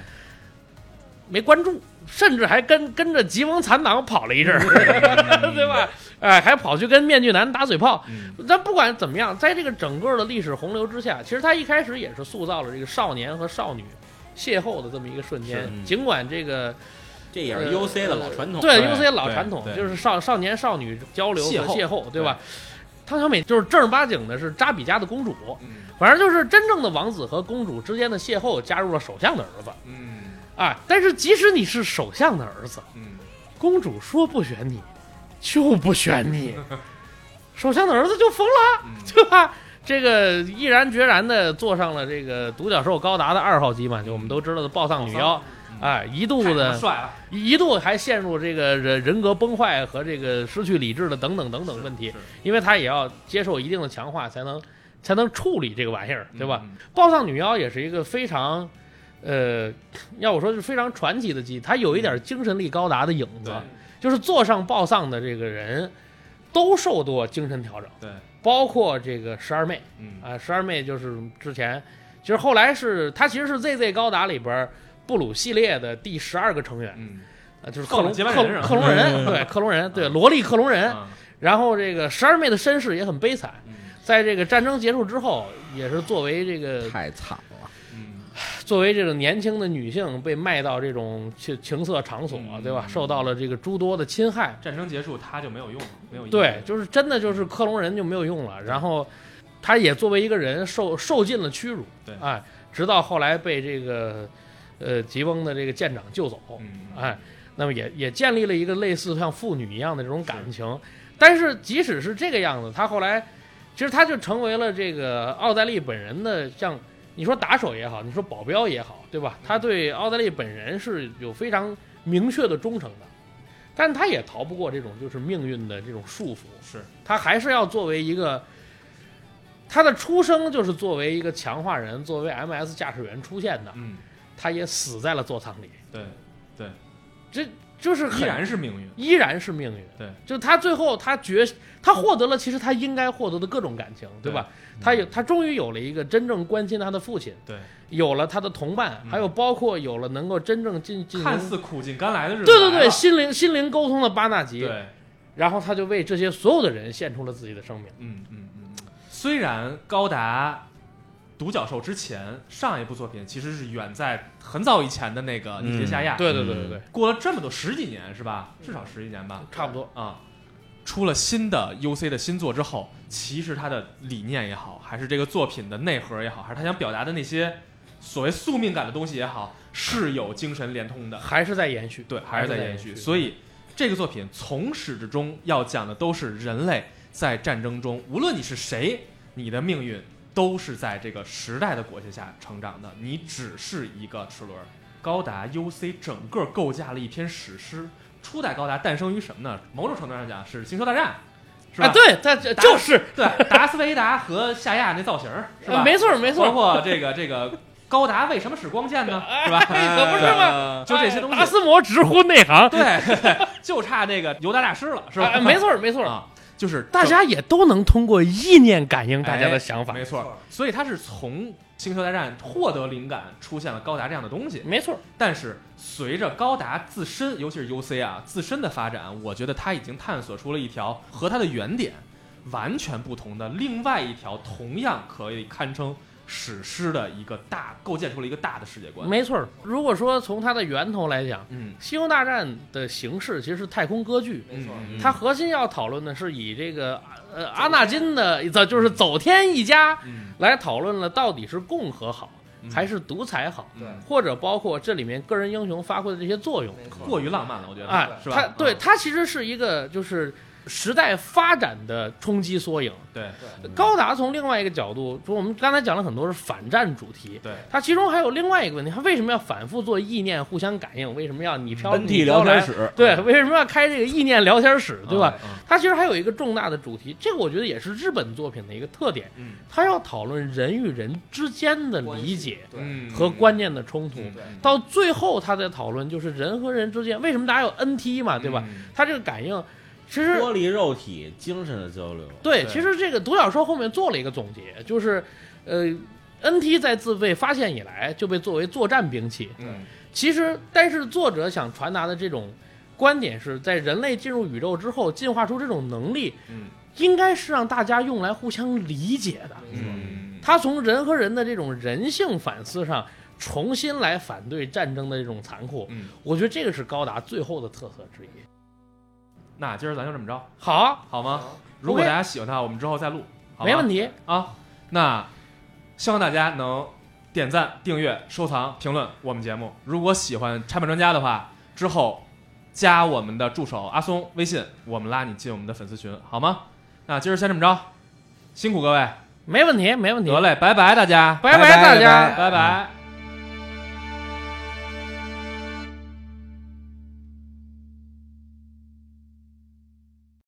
S4: 没关注，甚至还跟跟着吉翁残党跑了一阵儿，
S1: 嗯
S4: 对吧？哎，还跑去跟面具男打嘴炮。
S1: 嗯
S4: 但不管怎么样，在这个整个的历史洪流之下，其实他一开始也是塑造了这个少年和少女邂逅的这么一个瞬间。
S2: 是嗯
S4: 尽管这个
S2: 这也是 UC 的老传统，
S4: 呃对
S1: 对
S4: U C 老传统
S1: 对，对
S4: 就是少少年少女交流和
S1: 邂逅
S4: 邂逅，对吧？汤小美就是正儿八经的是扎比家的公主，
S1: 嗯
S4: 反正就是真正的王子和公主之间的邂逅，加入了首相的儿子。
S1: 嗯
S4: 哎，但是即使你是首相的儿子，
S1: 嗯，
S4: 公主说不选你，就不选 你，首相的儿子就疯
S1: 嗯
S4: 了，对吧？ 这个毅然决然的坐上了这个独角兽高达的二号机嘛，就我们都知道的暴丧女妖，哎，一度
S1: 太他妈
S4: 的
S1: 帅啊了，
S4: 一度还陷入这个人人格崩坏和这个失去理智的等等等等问题
S1: 是，
S4: 因为他也要接受一定的强化才能才能处理这个玩意儿，对吧？
S1: 嗯？
S4: 暴丧女妖也是一个非常，呃，要我说是非常传奇的机，它有一点精神力高达的影子
S1: 嗯对，
S4: 就是坐上暴丧的这个人都受过精神调整，
S1: 对，
S4: 包括这个十二妹
S1: 嗯
S4: 啊，十二妹就是之前，其实后来是她其实是 ZZ 高达里边儿布鲁系列的第十二个成员
S1: 嗯
S4: 啊，就是
S1: 靠
S4: 克隆
S1: 拢接班
S4: 克
S1: 人是吧嗯
S4: 克隆人，对克隆人，对萝莉克隆人，
S1: 啊
S4: 然后这个十二妹的身世也很悲惨。
S1: 嗯
S4: 在这个战争结束之后，也是作为这个
S2: 太惨了，
S1: 嗯
S4: 作为这种年轻的女性被卖到这种情情色场所，
S1: 嗯
S4: 对吧？受到了这个诸多的侵害，
S1: 战争结束他就没有用了，没有意义
S4: 对，就是真的就是克隆人就没有用了。然后，他也作为一个人受受尽了屈辱，
S1: 对
S4: 哎，直到后来被这个呃吉翁的这个舰长救走，
S1: 嗯
S4: 哎，那么也也建立了一个类似像父女一样的这种感情。但是即使是这个样子，他后来其实他就成为了这个奥黛丽本人的像你说打手也好，你说保镖也好，对吧？他对奥黛丽本人是有非常明确的忠诚的，但他也逃不过这种就是命运的这种束缚，
S1: 是
S4: 他还是要作为一个。他的出生就是作为一个强化人，作为 MS 驾驶员出现的，
S1: 嗯
S4: 他也死在了座舱里，
S1: 对，
S4: 这就是
S1: 依
S4: 很
S1: 然是命运，
S4: 依然是命运。
S1: 对，
S4: 就他最后他觉他获得了其实他应该获得的各种感情，对吧？他
S1: 嗯
S4: 有他终于有了一个真正关心他的父亲，
S1: 对，
S4: 有了他的同伴，
S1: 嗯
S4: 还有包括有了能够真正进进行
S1: 看似苦尽甘来的日子，
S4: 对对对，心灵心灵沟通的巴纳吉，
S1: 对，
S4: 然后他就为这些所有的人献出了自己的生命。
S1: 嗯嗯嗯，嗯虽然高达独角兽之前上一部作品其实是远在很早以前的那个《逆劫夏亚》，
S4: 嗯对对对对对，
S1: 过了这么多十几年是吧？至少十几年吧，
S4: 差不多。
S1: 啊。出了新的 UC 的新作之后，其实他的理念也好，还是这个作品的内核也好，还是他想表达的那些所谓宿命感的东西也好，是有精神连通的，
S4: 还是在延续，
S1: 对，还
S4: 还
S1: 是在
S4: 在
S1: 延
S4: 续。
S1: 续。所以这个作品从始至终要讲的都是人类在战争中，无论你是谁，你的命运都是在这个时代的裹挟下成长的，你只是一个齿轮。高达 UC 整个构架了一篇史诗。初代高达诞生于什么呢？某种程度上讲是《星球大战》，是吧？
S4: 啊，对，他这
S1: 打
S4: 就是
S1: 对，达斯维达和夏亚那造型儿是吧？
S4: 没错没
S1: 包
S4: 错，
S1: 括这个这个高达为什么使光剑呢？是吧？
S4: 哎可不是吗啊
S1: 呃就这些东西
S4: 哎达，斯摩直呼内 行，
S1: 对，就差那个尤达大师了，是吧？
S4: 啊没错没错，
S1: 啊。 就是
S4: 大家也都能通过意念感应大家的想法
S1: 没，错。所以他是从《星球大战》获得灵感，出现了高达这样的东西。
S4: 没错，
S1: 但是随着高达自身，尤其是 UC 啊自身的发展，我觉得它已经探索出了一条和它的原点完全不同的另外一条，同样可以堪称史诗的一个大构建出了一个大的世界观。
S4: 没错。如果说从它的源头来讲，《
S1: 嗯，
S4: 星球大战》的形式其实是太空歌剧，
S3: 没错，
S2: 嗯
S4: 它核心要讨论的是以这个呃阿纳金的走就是走天一家
S1: 嗯，
S4: 来讨论了到底是共和好
S1: 嗯
S4: 还是独裁好，
S1: 对
S4: 或者包括这里面个人英雄发挥的这些作用。
S3: 没错
S1: 过于浪漫了，我觉得，
S4: 哎，
S1: 是吧？
S4: 它对
S1: 嗯
S4: 它其实是一个就是时代发展的冲击缩影。
S1: 对
S4: 高达从另外一个角度，说我们刚才讲了很多是反战主题，
S1: 对
S4: 它其中还有另外一个问题，它为什么要反复做意念互相感应？为什么要你飘
S2: 本体
S4: 你
S2: 聊
S4: 飘
S2: 天
S4: 来？
S2: 室，
S4: 对，为什么要开这个意念聊天室，对吧？？
S3: 啊
S1: 嗯
S4: 它其实还有一个重大的主题，这个我觉得也是日本作品的一个特点，
S1: 嗯
S4: 它要讨论人与人之间的理解
S3: 对
S1: 嗯
S4: 和观念的冲突。
S1: 嗯
S3: 对
S4: 到最后，他在讨论就是人和人之间为什么大家有 NT 嘛，对吧？
S1: 嗯
S4: 它这个感应，其实
S2: 脱离肉体，精神的交流。
S4: 对，
S1: 对
S4: 其实这个独角兽后面做了一个总结，就是呃，NT 在自卫发现以来就被作为作战兵器，
S1: 嗯
S4: 其实，但是作者想传达的这种观点是在人类进入宇宙之后，进化出这种能力，
S1: 嗯，
S4: 应该是让大家用来互相理解的。
S3: 没错，
S1: 嗯，
S4: 他从人和人的这种人性反思上，重新来反对战争的这种残酷。
S1: 嗯，
S4: 我觉得这个是高达最后的特色之一。
S1: 那今儿咱就这么着，
S4: 好啊，
S1: 好吗？如果大家喜欢它，我们之后再录，好
S4: 没
S1: 吗
S4: 问题。
S1: 啊。那希望大家能点赞、订阅、收藏、评论我们节目。如果喜欢拆漫专家的话，之后加我们的助手阿松微信，我们拉你进我们的粉丝群，好吗？那今儿先这么着，辛苦各位，
S4: 没问题，没问题。
S1: 得嘞，拜拜大家，
S4: 拜
S3: 拜拜
S4: 大
S3: 拜
S4: 家。
S1: 拜拜。